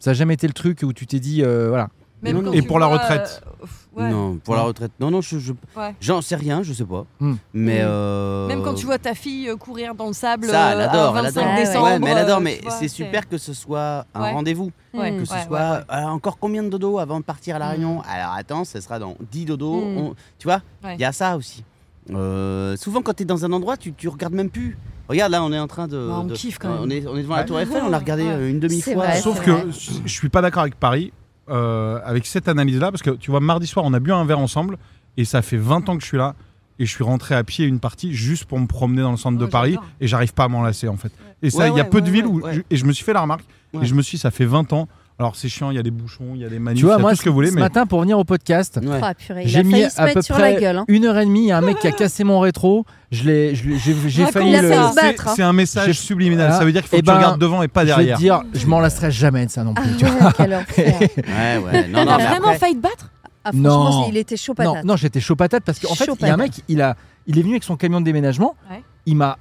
F: Ça n'a jamais été le truc où tu t'es dit euh, voilà.
E: Non, non.
I: Et pour la retraite
C: euh, pff, ouais.
E: Non pour la retraite. Non non je, je-
C: Ouais.
E: j'en sais rien je sais pas.
F: Mm.
E: Mais
C: Mm.
E: euh,
C: Même quand tu vois ta fille euh, courir dans le sable
E: ça, elle
C: euh, à
E: adore, elle
C: 25
E: adore.
C: décembre.
E: ouais, mais elle adore,
C: euh,
E: mais
C: tu vois,
E: c'est super que ce soit un
C: Ouais.
E: rendez-vous.
C: Ouais.
E: Que
H: Mm.
E: ce
C: Mmh, Ouais,
E: soit Ah, encore combien de dodos avant de partir à la
C: Mm.
E: réunion Alors attends, ce sera dans 10 dodos.
H: Mm.
E: on- Tu vois, il
C: Mmh. Ouais.
E: y a ça aussi. Euh, souvent, quand tu es dans un endroit, tu, tu regardes même plus. Regarde, là, on est en train de.
C: Bah, on
E: de-
C: kiffe quand même.
E: On est, on est devant la
I: Ouais.
E: Tour Eiffel, on l'a regardé
C: Ouais.
E: euh, une
H: C'est
E: demi-fois.
H: vrai.
I: Sauf
H: c'est
I: que
H: vrai.
I: je je suis pas d'accord avec Paris, euh, avec cette analyse-là, parce que tu vois, mardi soir, on a bu un verre ensemble, et ça fait 20 ans que je suis là, et je suis rentré à pied une partie juste pour me promener dans le centre de
C: Ouais,
I: Paris,
C: j'adore.
I: et j'arrive pas à m'en lasser, en fait. Et ça,
E: Ouais,
I: il y
E: ouais,
I: a peu de
E: ouais,
I: villes où.
E: ouais.
I: je- et je me suis fait la remarque,
E: Ouais.
I: et je me suis dit, ça fait 20 ans. Alors c'est chiant, il y a des bouchons, il y a des manifs,
F: tu
I: il y
F: vois
I: a
F: moi
I: tout ce que vous voulez,
F: ce
I: mais.
F: matin pour venir au podcast.
E: Ouais.
H: Ah, purée, il
F: J'ai
H: a
F: mis
H: failli se
F: à peu
H: mettre sur la
F: près
H: gueule. hein.
F: une heure et demie, il y a un mec qui a cassé mon rétro. Je l'ai, je l'ai- j'ai, j'ai
C: Raconte
F: failli
H: la
F: le.
H: scène.
I: C'est-
H: battre, hein.
I: C'est un message
F: J'ai-
I: subliminal.
F: Voilà.
I: Ça veut dire qu'il faut
F: Eh
I: que tu
F: ben,
I: regardes devant et pas
F: je vais te
I: derrière.
F: dire, je m'en lasserai jamais de ça non
H: Ah
F: plus. tu vois.
H: ouais, quel enfer.
E: Ouais, ouais.
C: T'as
E: Non, non, mais
C: vraiment
E: après-
C: failli te battre
H: Ah, franchement,
F: Non.
H: il était chaud
F: Non,
H: patate.
F: non, j'étais chaud patate parce qu'en fait,
H: Chaud
F: il y a un
H: patate.
F: mec, il, a, il est venu avec son camion de déménagement.
C: Ouais.
F: Il m'a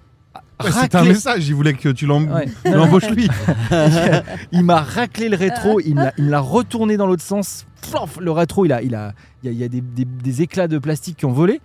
I: Ouais,
F: raclé-
I: C'était un message. Il voulait que tu l'em-
F: Ouais.
I: l'embauches lui.
F: il m'a raclé le
H: Euh.
F: rétro, il me l'a- il me l'a retourné dans l'autre sens. Plof, le rétro, il a, il a, il y a, il y a des, des- des éclats de plastique qui ont volé.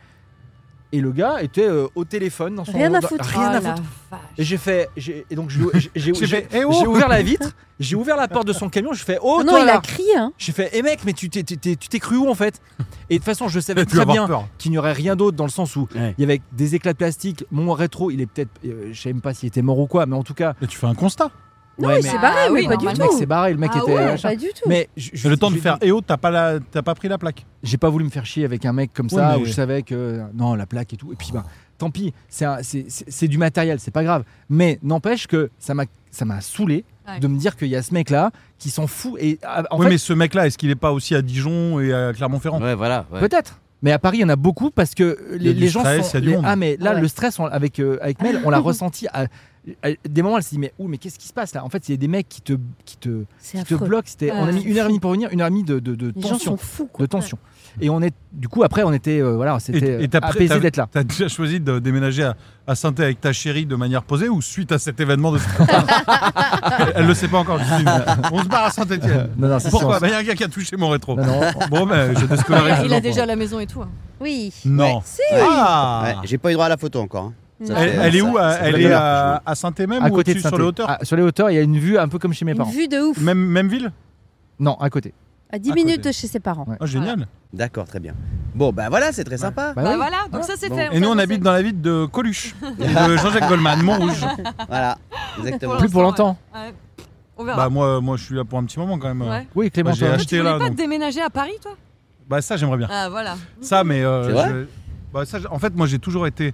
F: Et le gars était euh, au téléphone dans son
H: Rien à
F: dans-
H: foutre.
F: Rien
C: Oh
F: à
C: la
F: foutre.
C: vache.
F: Et j'ai fait, j'ai- et donc j'ai j'ai- j'ai-
I: J'ai fait,
F: j'ai-
I: eh oh
F: j'ai ouvert la vitre, j'ai ouvert la porte de son camion, je fais oh
H: Ah non,
F: toi
H: il
F: là.
H: a crié. hein.
F: J'ai fait, eh mec, mais tu t'es, t'es- t'es- tu t'es cru où en fait Et de toute façon, je savais
I: Tu vas
F: Eh ben, très bien
I: avoir peur.
F: qu'il n'y aurait rien d'autre dans le sens où
E: Ouais.
F: il y avait des éclats de plastique. Mon rétro, il est peut-être, euh, je sais même pas s'il était mort ou quoi, mais en tout cas,
I: Mais tu fais un constat.
H: Non,
F: ouais,
H: il
F: mais-
H: s'est barré,
C: Ah
H: mais
C: oui,
H: pas
F: le
H: du
C: normal.
H: tout.
F: mec s'est barré, le mec
H: ah
F: était.
H: ouais,
F: machin.
H: pas du tout.
F: mais je- je-
I: J'ai le temps de
F: je-
I: faire. Eh oh, t'as pas la, t'as pas pris la plaque.
F: J'ai pas voulu me faire chier avec un mec comme
I: Ouais,
F: ça
I: mais-
F: où je savais que euh, non la plaque et tout. Et puis bah tant pis, c'est un- c'est- c'est c'est du matériel, c'est pas grave. Mais n'empêche que ça m'a ça m'a saoulé
C: Ouais.
F: de me dire qu'il y a ce mec là qui s'en fout et ah, en
I: oui,
F: fait,
I: mais ce mec-là, est-ce qu'il est pas aussi à Dijon et à Clermont-Ferrand
E: Ouais, voilà. ouais.
F: Peut-être. Mais à Paris, il y en a beaucoup parce que
I: Il y
F: les,
I: a du
F: les gens sont.
I: stress, il y a du
F: les-
I: monde.
F: ah, mais là,
H: Ouais.
F: le stress, on- avec, euh, avec Mel, on l'a ressenti. À, à- des moments, elle s'est dit Mais, ouh, mais qu'est-ce qui se passe là En fait, il y a des mecs qui te, qui te,
H: C'est
F: qui te
H: affreux.
F: bloquent. C'était- on a
C: Ouais.
F: mis une heure et demie pour venir, une heure et demie de, de, de
H: Les gens
F: tension.
H: sont fous,
F: De
H: quoi.
F: tension. Et on est, du coup, après, on était, euh, voilà, c'était
I: Et- et t'as-
F: apaisé
I: t'as-
F: d'être là.
I: T'as déjà choisi de déménager à, à saint avec ta chérie de manière posée ou suite à cet événement de elle, elle le sait pas encore. je suis- On se barre à Saint-Etienne.
F: Non, non, c'est
I: Pourquoi
F: sûr.
I: Bah, Il y a un gars qui a touché mon rétro.
F: Non, non,
I: Bon, ben, je déscolarise.
C: Il a
I: maintenant,
C: déjà
I: quoi.
C: la maison et tout. hein.
H: Ah, Oui.
I: Non.
E: Ouais.
I: Ah
E: Ouais, J'ai pas eu droit à la photo encore. hein. Ça,
I: elle,
E: c'est-
I: elle est
E: ça-
I: où euh,
E: ça
I: Elle
E: fait
I: est
E: peur.
I: à, à saint même
F: à
I: ou
F: côté de
I: au-dessus, sur
F: Saint-Étienne.
I: les hauteurs
F: Ah, sur les hauteurs, il y a une vue un peu comme chez mes
H: Une
F: parents.
H: vue de ouf.
I: même, même ville
F: Non, à côté.
H: À 10
I: à côté.
H: minutes de chez ses parents.
F: Ouais.
I: Ah, Génial.
E: D'accord, très bien. Bon, bah voilà, c'est très sympa.
F: Bah
C: Bah
F: oui.
C: voilà, donc ça c'était.
I: Et nous, on habite dans la ville de Coluche, et de Jean-Jacques Goldman, Montrouge.
E: Voilà, exactement.
F: Plus pour longtemps.
C: Ouais. On
I: Bah,
C: verra.
I: moi, moi, je suis là pour un petit moment quand même.
C: Ouais.
F: Oui, Clément.
I: Bah, j'ai
F: toi.
I: acheté-
C: Tu voulais
I: là,
C: pas
I: donc.
C: te déménager à Paris, toi
I: Bah, ça, j'aimerais bien.
C: Ah voilà.
I: Ça, mais. euh,
E: C'est vrai
I: je- bah, ça, j'- en fait, moi, j'ai toujours été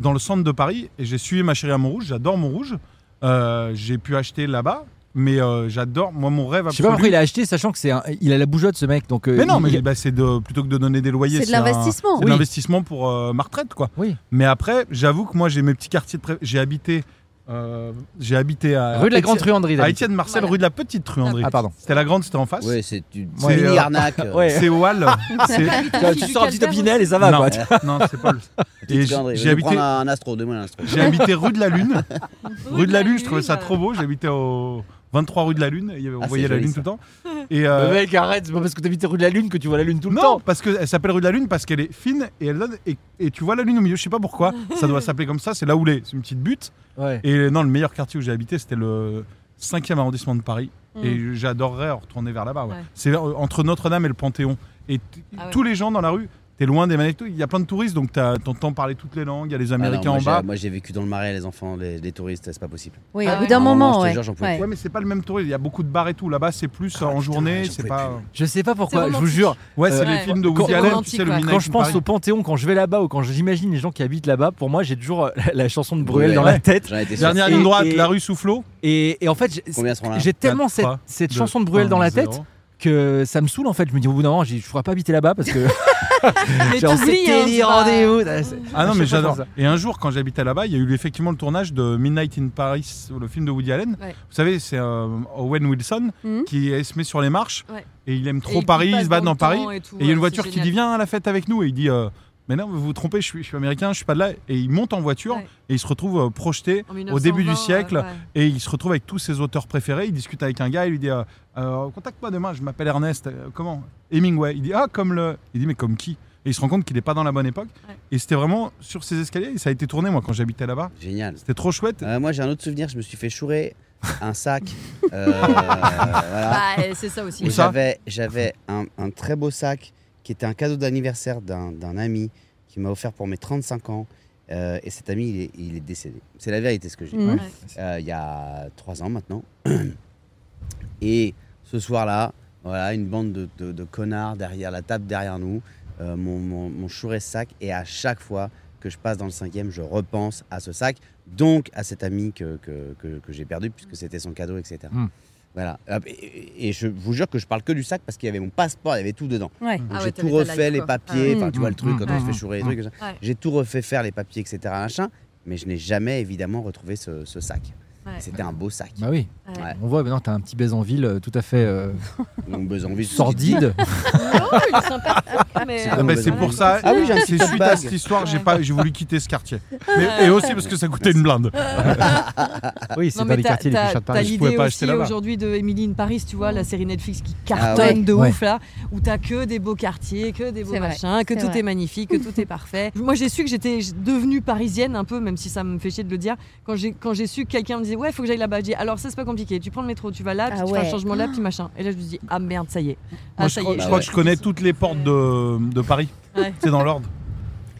I: dans le centre de Paris et j'ai suivi ma chérie à Montrouge. J'adore Montrouge. Euh, j'ai pu acheter là-bas, mais euh, j'adore. Moi, mon rêve
F: Je sais pas
I: absolu.
F: pourquoi il a acheté, sachant que c'est un- il a la bougeotte ce mec. Donc, euh,
I: mais non,
F: il-
I: mais
F: il-
I: bah, c'est de plutôt que de donner des loyers.
H: C'est de
I: un-
H: l'investissement.
I: C'est de
F: Oui.
I: l'investissement pour euh, ma retraite, quoi.
F: Oui.
I: Mais après, j'avoue que moi, j'ai mes petits quartiers. de pré- J'ai habité. euh, j'ai habité à.
F: Rue de la
I: Éti-
F: Grande Truanderie.
I: À
F: d'habitude.
I: Étienne Marcel,
C: Voilà.
I: rue de la Petite Truanderie.
F: Ah, pardon.
I: C'était la grande, c'était en face.
E: Ouais, c'est une
I: Ouais,
E: mini
I: euh,
E: arnaque. euh,
F: ouais.
I: C'est au Hall. C'est-
F: tu sors un petit opinel et ça va,
I: non,
F: quoi.
I: non, c'est pas le.
E: petite
I: Et
E: connerie.
I: J'ai
E: Je vais prendre
I: habité,
E: un un astro, donne-moi un astro.
I: J'ai habité rue de la Lune. rue de la Lune, je trouvais
C: bah.
I: ça trop beau. J'habitais au 23 rue de la Lune. Il y avait- On
E: Ah,
I: voyait
E: c'est
I: la
E: joli,
I: Lune
E: ça.
I: tout le temps. Et euh,
F: mec, arrête, c'est pas parce que t'habites rue de la Lune que tu vois la Lune tout
I: non, parce qu'elle s'appelle rue de la Lune parce qu'elle est fine et elle donne. Et, et tu vois la Lune au milieu. Je sais pas pourquoi. Ça doit s'appeler comme ça. C'est là où les. C'est une petite butte.
F: Ouais.
I: Et non, le meilleur quartier où j'ai habité, c'était le 5e arrondissement de Paris. Et j'adorerais retourner vers là-bas. ouais.
C: Ouais.
I: C'est euh, entre Notre-Dame et le Panthéon. Et t-
C: Ah ouais.
I: tous les gens dans la rue, t'es loin des manettes. et tout. Il y a plein de touristes, donc t'as- t'entends parler toutes les langues. Il y a les
E: Ah non,
I: Américains
E: moi,
I: en
E: j'ai-
I: bas.
E: Moi, j'ai vécu dans le marais, les enfants, les, les touristes, c'est pas possible.
H: Oui,
C: Ah
H: au bout
C: ouais.
H: d'un
E: Non, non,
H: moment,
E: je te
H: ouais.
E: jure, j'en pouvais
H: Ouais.
I: Ouais, mais c'est pas le même tourisme. Il y a beaucoup de bars et tout. Là-bas, c'est plus
E: Ah,
I: en
E: putain,
I: journée.
E: j'en
I: C'est
E: pouvais
I: pas.
E: plus.
F: Je sais pas pourquoi, je vous
C: romantique.
F: jure.
I: Ouais, c'est
C: Ouais.
I: les films de
C: Quand-
I: Woody
C: quand-
I: Allen. Tu sais, le
C: quand
I: Midnight
F: Quand je
I: in
F: pense
I: Paris.
F: au Panthéon, quand je vais là-bas ou quand j'imagine les gens qui habitent là-bas, pour moi, j'ai toujours euh, la, la chanson de Bruel
E: Ouais,
F: dans la tête.
E: J'en étais sûr.
I: Dernière
F: Et-
I: ligne droite,
F: et-
I: la rue Soufflot.
F: Et, et en fait, j'ai-
E: Combien seront là
F: j'ai tellement
I: Quatre,
F: cette,
I: trois,
F: cette
I: deux,
F: chanson de Bruel dans la
I: un,
F: tête
I: zéro.
F: que ça me saoule en fait. Je me dis au bout d'un moment, j'ai- je pourrais pas habiter là-bas parce que
C: Mais
F: genre,
C: t'oublies,
F: c'était
C: hein,
F: les
C: c'est pas-
F: rendez-vous. Ah, c'est-
I: Ah non,
F: Je
I: mais
F: sais pas
I: j'adore.
F: faire
I: Et un jour, quand j'habitais là-bas, il y a eu effectivement le tournage de Midnight in Paris, le film de Woody Allen.
C: Ouais.
I: Vous savez, c'est euh, Owen Wilson
H: Mhm.
I: qui est- se met sur les marches
C: Ouais.
I: et il aime
C: Et
I: trop
C: il
I: Paris, il
C: passe
I: se bat
C: le
I: dans Paris.
C: temps
I: Et
C: tout,
I: il y a
C: ouais,
I: une voiture
C: c'est
I: qui dit
C: génial.
I: Viens à la fête avec nous. Et il dit euh, Mais non, vous vous trompez, je suis, je suis américain, je suis pas de là. Et il monte en voiture
C: Ouais.
I: et il se retrouve euh, projeté
C: En
I: au début du
C: 1920,
I: siècle.
C: ouais, ouais.
I: Et il se retrouve avec tous ses auteurs préférés. Il discute avec un gars, il lui dit euh, Euh, Contacte-moi demain, je m'appelle Ernest. Euh, comment Hemingway. Il dit Ah, comme le. Il dit Mais comme qui Et il se rend compte qu'il n'est pas dans la bonne époque.
C: Ouais.
I: Et c'était vraiment sur ces escaliers. Et ça a été tourné, moi, quand j'habitais là-bas.
E: Génial.
I: C'était trop chouette.
E: Euh, moi, j'ai un autre souvenir. Je me suis fait chourer un sac. euh, voilà.
C: Bah, eh, c'est ça aussi.
E: Et
I: Où ça
E: J'avais, j'avais un, un très beau sac qui était un cadeau d'anniversaire d'un, d'un ami qui m'a offert pour mes 35 ans. Euh, et cet ami, il est, il est décédé. C'est la vérité ce que j'ai.
H: Mhm.
C: Ouais.
E: Euh, il y a trois ans maintenant. Et ce soir-là, voilà, une bande de, de- de connards derrière la table derrière nous, euh, mon, mon, mon chouré sac. Et à chaque fois que je passe dans le cinquième, je repense à ce sac, donc à cet ami que, que, que- que j'ai perdu, puisque c'était son cadeau, etc.
F: Mm.
E: Voilà. Hop, Et, et je vous jure que je parle que du sac parce qu'il y avait mon passeport, il y avait tout dedans.
H: Ouais.
E: Donc
C: Ah ouais,
E: j'ai
C: t'avais
E: tout
C: ta
E: refait,
C: life, quoi.
E: les
C: Mmh.
E: papiers,
H: Ah.
E: enfin tu vois le
F: Mm,
E: truc
F: mm,
E: quand on se
F: mm,
E: fait chourer les
F: mm.
E: trucs, comme ça.
C: Ouais.
E: j'ai tout refait faire les papiers, etc. Machin, mais je n'ai jamais évidemment retrouvé ce, ce sac.
C: Ouais.
E: C'était un beau sac.
F: Bah oui,
C: Ouais.
E: Ouais.
F: on voit maintenant t'as un petit baiser en ville euh, tout à fait euh,
E: Mon besanville, c'est-
F: sordide.
C: Oh, il est sympa. Mais,
I: Ah,
E: bon,
I: bah,
E: bah,
I: c'est
E: oui.
I: pour ça.
E: Ah oui, j'ai un petit
I: C'est suite à
E: bag.
I: cette histoire, j'ai
C: Ouais.
I: pas, j'ai voulu quitter ce quartier. Mais- et aussi parce que ça coûtait une blinde.
F: oui, c'est
C: Non,
F: pas
C: mais
F: les
C: t'as
F: quartiers les plus
C: t'as-
F: chers de
C: t'as
F: Paris.
I: pouvais
C: l'idée
I: pas acheter
C: aussi
I: là-bas.
C: aujourd'hui de Emily in Paris, tu vois, la série Netflix qui
E: Ah
C: cartonne
E: ouais.
C: de
F: Ouais.
C: ouf là, où t'as que des beaux quartiers, que des beaux
H: C'est vrai,
C: machins, que
H: c'est
C: tout
H: vrai.
C: est magnifique, que tout est parfait. Moi j'ai su que j'étais devenue parisienne un peu, même si ça me fait chier de le dire. Quand j'ai quand j'ai su que quelqu'un me disait ouais, faut que j'aille là-bas, je dis alors ça c'est pas compliqué, tu prends le métro, tu vas là, puis
H: Ah
C: tu fais
H: ouais.
C: un changement là, puis machin. Et là je me dis ah merde, ça y est. Ah,
I: Moi, je
C: ça
I: crois,
C: y est.
I: je
E: Bah
I: crois
E: ouais.
I: que je connais toutes les portes de, de Paris.
C: Ouais.
I: C'est dans l'ordre.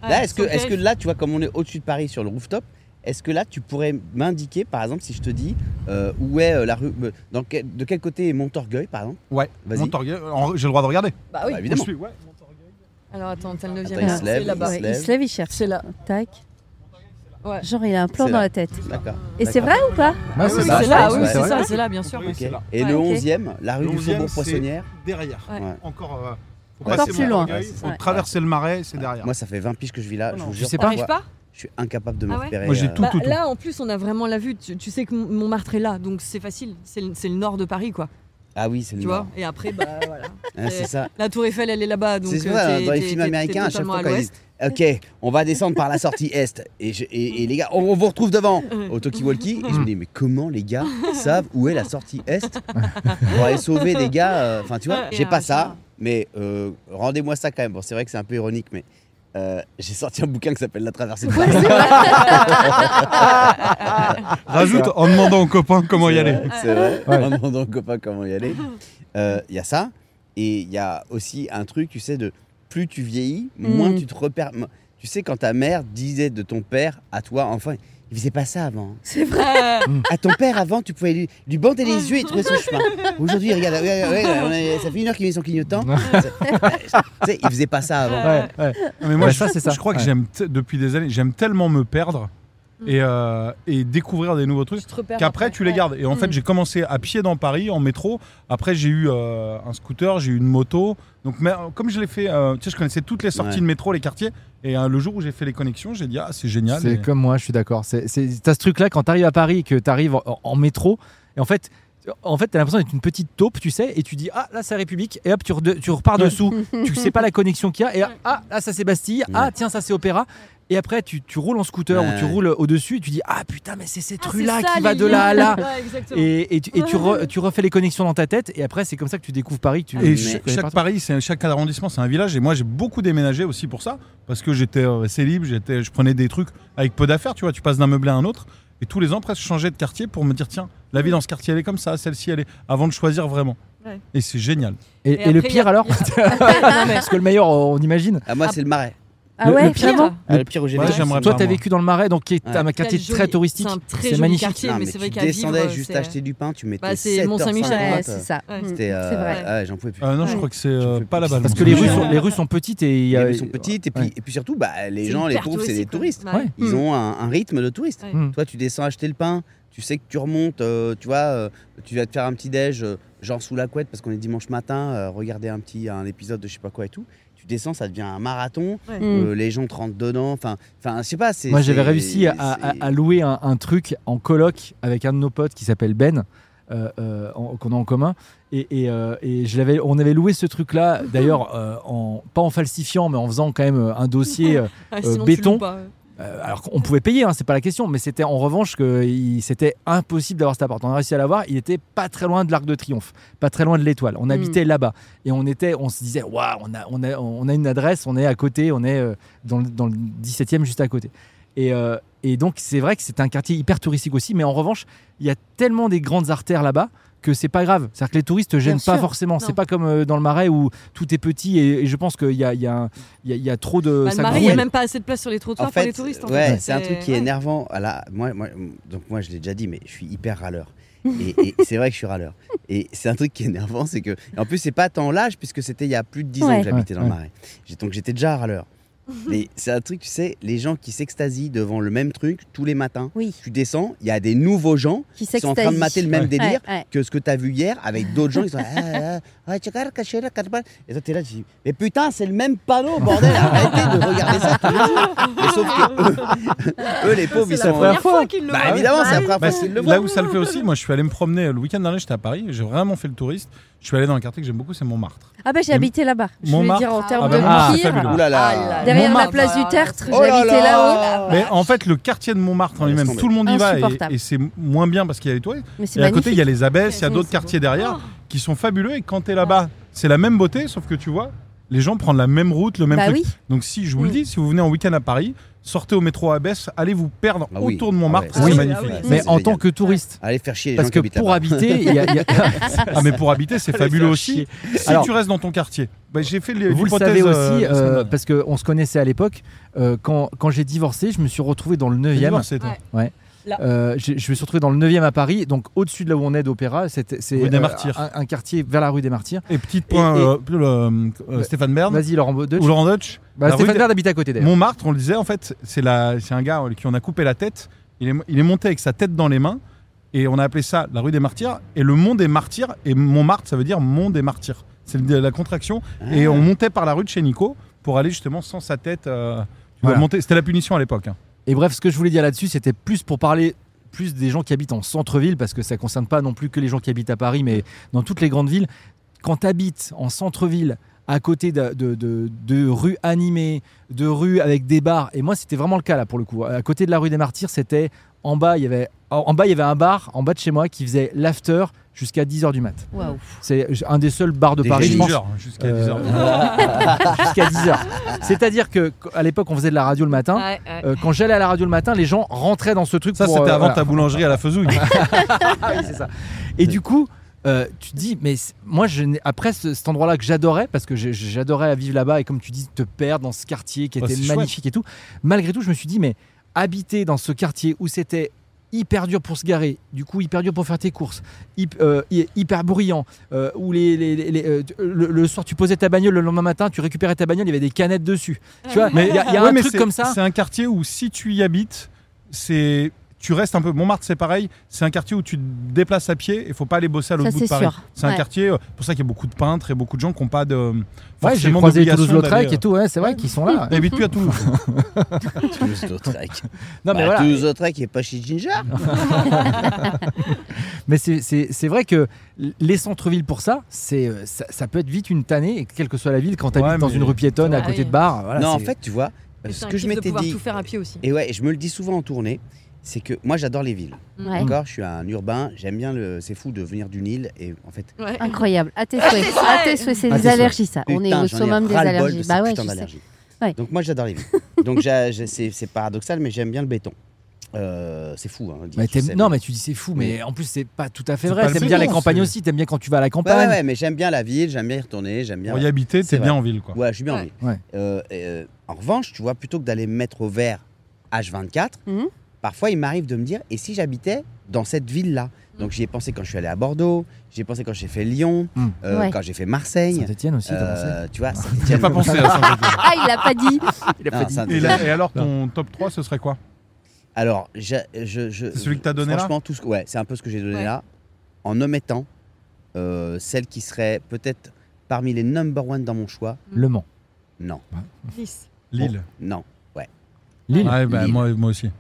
E: Là, est-ce que,
C: Ouais,
E: est-ce que là, tu vois, comme on est au-dessus de Paris sur le rooftop, est-ce que là, tu pourrais m'indiquer, par exemple, si je te dis euh, où est euh, la rue, euh, dans quel- de quel côté est Montorgueil, par exemple
I: Ouais.
E: Vas-y.
I: Montorgueil, en- J'ai le droit de regarder.
C: Bah oui.
E: Bah, Évidemment.
I: Je suis- ouais, Montorgueil.
C: Alors attends, t'as le 9
E: Attends, il se
C: c'est
E: lève,
C: là-bas.
E: se
H: Ouais,
E: lève.
H: il se lève, il cherche.
C: C'est là.
H: Tac.
C: Ouais.
H: Genre, il a un plan
E: C'est
H: dans
E: là.
H: la tête.
E: D'accord.
H: Et c'est
E: D'accord.
H: vrai ou pas
F: Bah,
C: Oui,
E: c'est
F: ça,
E: ça,
C: c'est
F: je
C: là,
F: pense,
C: oui,
F: ouais.
C: c'est
E: vrai.
C: ça, c'est là, bien sûr.
I: Oui,
E: Ok.
I: c'est là.
E: Et
C: Ouais,
E: le
H: ok.
E: 11e, la rue
I: Le
E: Ah du
I: 11e,
E: Faubourg
I: c'est-
E: Poissonnière.
I: Derrière.
C: Ouais.
E: Ouais.
I: Encore. euh, faut
E: Ouais,
I: passer
H: c'est plus loin.
I: Montorgueil,
E: Ouais, c'est
I: faut
E: ça.
I: traverser le marais, c'est derrière.
E: Moi, ça fait 20 piges que je vis
C: Ah
E: là. je vous
F: Je
E: jure,
F: sais pas.
E: parfois,
C: T'arrives pas
E: Je suis incapable de me
C: Ah ouais
E: repérer.
I: Moi, j'ai
E: euh,
I: tout,
C: Bah,
I: tout, tout.
C: Là, en plus, on a vraiment la vue. Tu, tu sais que Mon- Montmartre est là, donc c'est facile. C'est le, c'est le nord de Paris, quoi.
E: Ah oui, c'est le
C: Tu vois
E: nord.
C: Et après, bah voilà.
E: Hein, c'est ça.
C: La Tour Eiffel, elle est là-bas. donc,
E: C'est
C: euh,
E: ça,
C: t'es-
E: dans les
C: t'es- t'es-
E: films
C: t'es
E: américains, à chaque
C: totalement
E: fois
C: à
E: quand ils
C: l'ouest.
E: disent Ok, on va descendre par la sortie Est. Et, je- et- et les gars, on, on vous retrouve devant au Toki-Walkie. Et je me dis Mais comment les gars savent où est la sortie Est pour aller sauver des gars euh, Enfin, tu vois,
C: Ouais,
E: j'ai
C: et
E: pas
C: un
E: ça,
C: chat.
E: mais euh, rendez-moi ça quand même. Bon, c'est vrai que c'est un peu ironique, mais euh, j'ai sorti un bouquin qui s'appelle La traversée de Paris.
I: Ah, Rajoute en demandant aux copains comment y
E: C'est
I: aller.
E: vrai, C'est vrai.
F: Ouais.
E: En demandant aux copains comment y aller. Euh, Il y a ça. Et il y a aussi un truc, tu sais, de plus tu vieillis, moins
H: Mm.
E: tu te repères. Mo- Tu sais, quand ta mère disait de ton père à toi, enfin, il faisait pas ça avant. hein.
H: C'est vrai.
C: Ouais.
E: À ton père, avant, tu pouvais lui, lui bander les yeux et trouver son chemin. Aujourd'hui, regarde, ouais, ouais, ouais, on a- ça fait une heure qu'il met son clignotant. tu sais, il faisait pas ça avant.
F: Ouais, ouais.
I: Non, Mais moi,
F: Bah,
I: je,
F: ça, c'est ça.
I: je crois que
F: Ouais.
I: j'aime te- depuis des années, j'aime tellement me perdre
C: Mm.
I: et, euh, et découvrir des nouveaux trucs.
C: Tu te repères
I: Qu'après, tu les
C: Ouais.
I: gardes. Et en fait,
C: Mm.
I: j'ai commencé à pied dans Paris, en métro. Après, j'ai eu euh, un scooter, j'ai eu une moto. Donc, mais, euh, comme je l'ai fait, euh, tu sais, je connaissais toutes les sorties
E: Ouais.
I: de métro, les quartiers. Et euh, le jour où j'ai fait les connexions, j'ai dit, ah, c'est génial.
F: C'est
I: Et-
F: comme moi, je suis d'accord. C'est- c'est- T'as ce truc-là quand t'arrives à Paris, que t'arrives en, en métro, et en fait, en fait, t'as l'impression d'être une petite taupe, tu sais, et tu dis ah là c'est la République, et hop tu, rede- tu
E: Mm.
F: repars dessous, tu sais pas la connexion qu'il y a, et ah là ça c'est Bastille, ah
E: Ouais.
F: tiens ça c'est Opéra. Et après, tu, tu roules en scooter
E: Ouais,
F: ou tu
E: ouais.
F: roules au-dessus et tu dis Ah putain, mais c'est cette
C: Ah, c'est
F: rue-là
C: ça,
F: qui va
C: les
F: de là à
C: liens.
F: là.
C: Ouais, exactement.
F: Et, et tu, et tu re- tu refais les connexions dans ta tête. Et après, c'est comme ça que tu découvres Paris. que Tu, tu
I: Et cha-
F: connais
I: chaque
F: partout.
I: Paris, c'est chaque arrondissement, c'est un village. Et moi, j'ai beaucoup déménagé aussi pour ça, parce que j'étais euh, célib, j'étais, je prenais des trucs avec peu d'affaires. Tu vois, tu passes d'un meublé à un autre, et tous les ans, presque, je changeais de quartier pour me dire tiens, la vie dans ce quartier, elle est comme ça, celle-ci, elle est, avant de choisir vraiment.
C: Ouais.
I: Et c'est génial.
F: Et,
C: Et
F: et le
C: après, il y
F: pire
C: a-
F: alors Parce que le meilleur, on imagine.
E: Ah, moi,
C: Ah.
E: c'est le marais.
H: Ah
F: Le-
H: ouais,
F: le pire-
H: vraiment
E: Ah, le pire où j'ai
I: Ouais,
E: vécu.
I: j'aimerais
F: Toi,
I: bien,
F: t'as
I: moi.
F: vécu dans le marais, donc qui est
E: Ouais.
F: un quartier
C: Quel joli-
F: très touristique.
C: C'est un très
F: C'est
C: joli
F: magnifique.
C: quartier,
E: Non,
C: mais,
E: mais
C: c'est
E: tu
C: vrai qu'à vivre.
E: descendais
C: euh,
E: juste
C: c'est-
E: acheter du pain, tu mettais
C: Bah, c'est
E: 7h50.
C: Mont-Saint-Michel.
H: Ouais,
C: Ouais,
H: c'est ça.
C: Ouais.
H: Mm.
E: C'était, euh,
H: C'est vrai.
E: ouais, j'en pouvais plus.
I: Euh, non,
H: Ouais.
I: je crois que c'est
E: Je
I: euh,
E: fais
I: pas la
E: plus.
I: balle.
F: Parce que les
I: Ouais.
F: rues sont, les rues sont petites et il y
E: les
F: a-
E: rues sont petites et puis,
F: ouais.
E: et puis surtout, bah, les
C: c'est
E: gens, les
C: hyper
E: pauvres,
C: touristique,
E: c'est des
C: quoi.
E: touristes.
C: Ouais.
E: Ils
C: Mm.
E: ont un, un rythme de touriste.
C: Ouais.
F: Mm.
E: Toi, tu descends acheter le pain, tu sais que tu remontes, euh, tu vois, euh, tu vas te faire un petit déj, euh, genre sous la couette, parce qu'on est dimanche matin, euh, regarder un petit un épisode de je sais pas quoi et tout. Tu descends, ça devient un marathon,
H: Mm.
E: euh, les gens te rentrent dedans, enfin, enfin, je sais pas. c'est-
F: Moi, j'avais
E: c'est-
F: réussi à, à-
E: c'est-
F: à louer un, un truc en coloc avec un de nos potes qui s'appelle Ben, euh, euh, en- qu'on a en commun. Et, et, euh, et je l'avais, on avait loué ce truc-là, d'ailleurs, euh, en, pas en falsifiant, mais en faisant quand même euh, un dossier. euh,
C: Ah, sinon, tu
F: béton.
C: loues pas, ouais.
F: euh, alors qu'on pouvait payer, hein, c'est pas la question, mais c'était en revanche que il- c'était impossible d'avoir cet appart. On a réussi à l'avoir, il était pas très loin de l'Arc de Triomphe, pas très loin de l'Étoile.
C: Hmm.
F: On habitait là-bas. Et on, était, on se disait, waouh, on a, on, a, on a une adresse, on est à côté, on est euh, dans le, dans le 17e, juste à côté. Et, euh, et donc, c'est vrai que c'est un quartier hyper touristique aussi, mais en revanche, il y a tellement des grandes artères là-bas que c'est pas grave. C'est-à-dire que les touristes ne gênent
H: sûr.
F: pas forcément.
C: Non.
F: C'est pas comme euh, dans le Marais où tout est petit et, et je pense qu'il y a, il y, a un- il y a- il y a trop de.
C: Bah, le
F: ça
C: Marais, il n'y a
F: grouille.
C: même pas assez de place sur les trottoirs
E: En fait,
C: pour les touristes. en
E: ouais,
C: fait.
E: c'est un truc qui est énervant. Ah là, moi, moi- donc moi, je l'ai déjà dit, mais je suis hyper râleur. Et, et c'est vrai que je suis râleur. Et c'est un truc qui est énervant, c'est que. et En plus, c'est pas tant l'âge, puisque c'était il y a plus de 10 ans
H: Ouais.
E: que j'habitais
F: Ouais,
E: dans le marais. J'ai- Donc j'étais déjà râleur. Mais c'est un truc, tu sais, les gens qui s'extasient devant le même truc tous les matins.
H: Oui.
E: Tu descends, il y a des nouveaux gens
H: Qui
E: qui sont en train de
H: s'extasie.
E: mater le même
F: Ouais.
E: délire
H: Ouais, ouais.
E: que ce que tu as vu hier avec d'autres gens qui sont là, Ah, ah, ah, tchakar, kachera, karpa. et toi t'es là tu dis mais putain c'est le même panneau bordel arrêtez de regarder ça tous les jours mais sauf que eux, eux, les pauvres ils
C: C'est la
E: sont
C: première fois qu'ils le
E: bah
C: voient.
E: évidemment c'est la première
I: Bah,
E: fois qu'ils le voient
I: là où ça le fait aussi, moi je suis allé me promener le week-end dernier, j'étais à Paris, j'ai vraiment fait le touriste. Je suis allé dans un quartier que j'aime beaucoup, c'est Montmartre.
H: Ah bah j'ai habité là-bas. Je voulais
I: Mm. Montmartre.
H: dire en termes
I: bah,
H: de
I: ah, c'est
H: pire.
I: fabuleux.
E: Ouh là là.
C: Ah là là.
H: Derrière la
C: Montmartre.
H: place du Tertre,
E: Oh là
H: j'habitais là-haut.
E: là.
I: Mais en fait, le quartier de Montmartre en
E: Ouais,
I: lui-même,
E: laisse tomber.
I: tout le monde y va et,
H: Insupportable.
I: et c'est moins bien parce qu'il y a les touristes.
H: Mais c'est
I: Et à côté, il
H: magnifique.
I: y a les abbesses, il y a
C: Ouais,
I: d'autres
C: c'est beau.
I: quartiers derrière qui sont fabuleux et quand t'es là-bas, c'est la même beauté, sauf que tu vois, les gens prennent la même route, le même
H: Bah
I: truc.
H: oui.
I: Donc si je vous le dis, si vous venez en week-end à Paris, sortez au métro Abbesse, allez vous perdre
E: Ah oui.
I: autour de Montmartre,
E: Ah
I: c'est
E: ouais, ça,
I: magnifique.
E: c'est-
F: Mais
E: c'est
F: en
E: génial.
F: tant que touriste.
E: allez faire chier les
F: Parce
E: gens
F: que
E: qui habitent
F: pour
E: là-bas.
F: habiter, il y a- il y a,
I: Ah mais pour habiter, c'est fabuleux aussi. Si
F: Alors-
I: tu restes dans ton quartier, Bah, j'ai fait les
F: Vous le
I: l'hypothèse,
F: savez aussi,
I: euh, la semaine
F: euh,
I: dernière.
F: parce qu'on se connaissait à l'époque, euh, quand, quand j'ai divorcé, je me suis retrouvé dans le 9e.
I: Divorcé, toi.
C: Ouais.
F: Euh, j'ai- je me suis retrouvé dans le 9e à Paris, donc au-dessus de là où on est d'Opéra. C'est c'est,
I: Rue des
F: euh,
I: Martyrs.
F: un, un quartier vers la rue des Martyrs.
I: Et petit point,
F: Et- et-
I: euh, le, euh,
F: Ouais.
I: Stéphane Bern
F: Vas-y, Laurent Deutsch.
I: ou Laurent Deutsch.
F: Bah,
I: la rue
F: Stéphane
I: des-
F: Bern habite à côté d'ailleurs.
I: Montmartre, on le disait, en fait, c'est la- c'est un gars euh, qui on a coupé la tête. Il est, il est monté avec sa tête dans les mains. Et on a appelé ça la rue des martyrs. Et le mont des martyrs, et Montmartre, ça veut dire mont des martyrs. C'est le- la contraction. Et on montait par la rue de chez Nico pour aller justement sans sa tête. euh, tu vois,
F: Voilà.
I: monter. C'était la punition à l'époque. hein.
F: Et bref, ce que je voulais dire là-dessus, c'était plus pour parler plus des gens qui habitent en centre-ville, parce que ça concerne pas non plus que les gens qui habitent à Paris, mais dans toutes les grandes villes. Quand tu habites en centre-ville, à côté de, de- de- de rues animées, de rues avec des bars, et moi c'était vraiment le cas là pour le coup. À côté de la rue des Martyrs, c'était en bas, il y avait en en bas il y avait un bar en bas de chez moi qui faisait l'after jusqu'à 10h du mat.
H: Waouh.
F: C'est un des seuls bars de
E: Des
F: Paris, je pense,
I: Ginger, jusqu'à 10 heures.
F: euh, jusqu'à 10h. C'est-à-dire que à l'époque on faisait de la radio le matin.
C: Ouais, ouais.
F: Euh, quand j'allais à la radio le matin, les gens rentraient dans ce truc.
I: Ça,
F: pour,
I: c'était
F: euh,
I: avant
F: voilà.
I: ta boulangerie à la Fezouille.
F: Ah oui, c'est ça. Et du coup, euh, tu te dis, mais c'est- moi, je n'ai- après ce- cet endroit-là que j'adorais, parce que j'ai- j'adorais vivre là-bas et comme tu dis, te perdre dans ce quartier qui
I: Oh,
F: était
I: c'est
F: magnifique et tout, malgré tout, je me suis dit, mais habiter dans ce quartier où c'était hyper dur pour se garer, du coup hyper dur pour faire tes courses, hyp- euh, hy- hyper bruyant, euh, où les, les- les- les- euh, tu- le, le soir tu posais ta bagnole, le lendemain matin tu récupérais ta bagnole, il y avait des canettes dessus. Tu vois, il y a, il y a
I: Ouais,
F: un
I: mais
F: truc
I: c'est-
F: comme ça.
I: C'est un quartier où si tu y habites, c'est tu restes un peu. Montmartre, c'est pareil. C'est un quartier où tu te déplaces à pied. Il faut pas aller bosser à l'autre
H: Ça,
I: bout de
H: c'est
I: Paris.
H: sûr.
I: C'est un
H: Ouais.
I: quartier. euh, Pour ça qu'il y a beaucoup de peintres et beaucoup de gens qui n'ont pas de. euh,
F: Ouais, j'ai
I: forcément
F: croisé
I: d'obligation
F: Toulouse-Lautrec
I: d'aller,
F: et tout, ouais, c'est vrai qu'ils sont là.
I: euh, N'habite plus à Toulouse.
E: Toulouse-Lautrec
F: Non, mais
E: Bah,
F: voilà.
E: Toulouse-Lautrec il est pas chez Ginger
F: Mais c'est- c'est c'est vrai que les centres-villes pour ça, c'est euh, ça, ça peut être vite une tannée, et quelle que soit la ville, quand tu habites
I: Ouais,
F: dans
I: mais-
F: une rue piétonne à
C: Ouais.
F: côté de bar. voilà,
E: non en
F: c'est-
E: fait tu vois
C: Mais c'est
E: ce
C: un
E: que je
C: kiff de
E: m'étais
C: pouvoir
E: dit
C: tout faire à pied aussi.
E: et ouais je me le dis souvent en tournée c'est que moi j'adore les villes
H: Ouais.
E: D'accord, je suis un urbain, j'aime bien le. C'est fou de venir du Nil et en fait.
C: Ouais.
H: Incroyable. À
E: Ah,
H: tes souhaits. À tes souhaits. C'est
F: À
H: des
F: tes
H: allergies, ça. On est
E: putain,
H: au
E: j'en ai
H: summum
E: ras-le-bol
H: des
E: de
H: allergies.
E: ces
H: Bah ouais,
E: putains
H: je sais.
E: d'allergies.
H: Ouais.
E: Donc moi j'adore les villes. Donc j'ai- j'ai- c'est c'est paradoxal, mais j'aime bien le béton. Euh, c'est fou. Hein, dire
F: Mais
E: que
F: t'aimes-
E: j'aime.
F: non, mais tu dis c'est fou, mais en plus, c'est pas tout à fait
I: C'est
F: vrai.
I: pas le
F: T'aimes
I: fait,
F: bien la
I: non,
F: campagne
I: c'est-
F: aussi, t'aimes bien quand tu vas à la
E: Ouais, ouais,
F: campagne.
E: ouais, mais j'aime bien la ville, j'aime bien y retourner, j'aime bien.
I: Pour y habiter,
E: C'est
I: t'es
E: vrai.
I: bien en ville, quoi.
E: Ouais, je suis bien en ville.
F: Ouais.
E: Euh, euh, en revanche, tu vois, plutôt que d'aller me mettre au vert H24,
H: Mhm.
E: parfois il m'arrive de me dire et si j'habitais dans cette ville-là Donc j'y ai pensé quand je suis allé à Bordeaux, j'y ai pensé quand j'ai fait Lyon,
F: Mhm.
E: euh,
H: Ouais.
E: quand j'ai fait Marseille.
F: Saint-Etienne aussi, t'as pensé
E: Euh, tu vois,
I: J'ai pas pensé à ça.
H: Ah, il l'a pas dit.
F: Il a
E: non,
F: pas dit.
E: ça-
I: Et, là- et alors, ton top 3, ce serait quoi
E: Alors, j'ai- je, je-
I: C'est celui que t'as donné là
E: Franchement, tout ce, ouais, c'est un peu ce que j'ai donné
C: Ouais.
E: là, en omettant euh, celle qui serait peut-être parmi les number one dans mon choix.
F: Le Mans.
E: Non,
I: Lille.
E: non.
F: Lille.
I: Ouais, bah,
E: Lille.
I: Moi, moi aussi.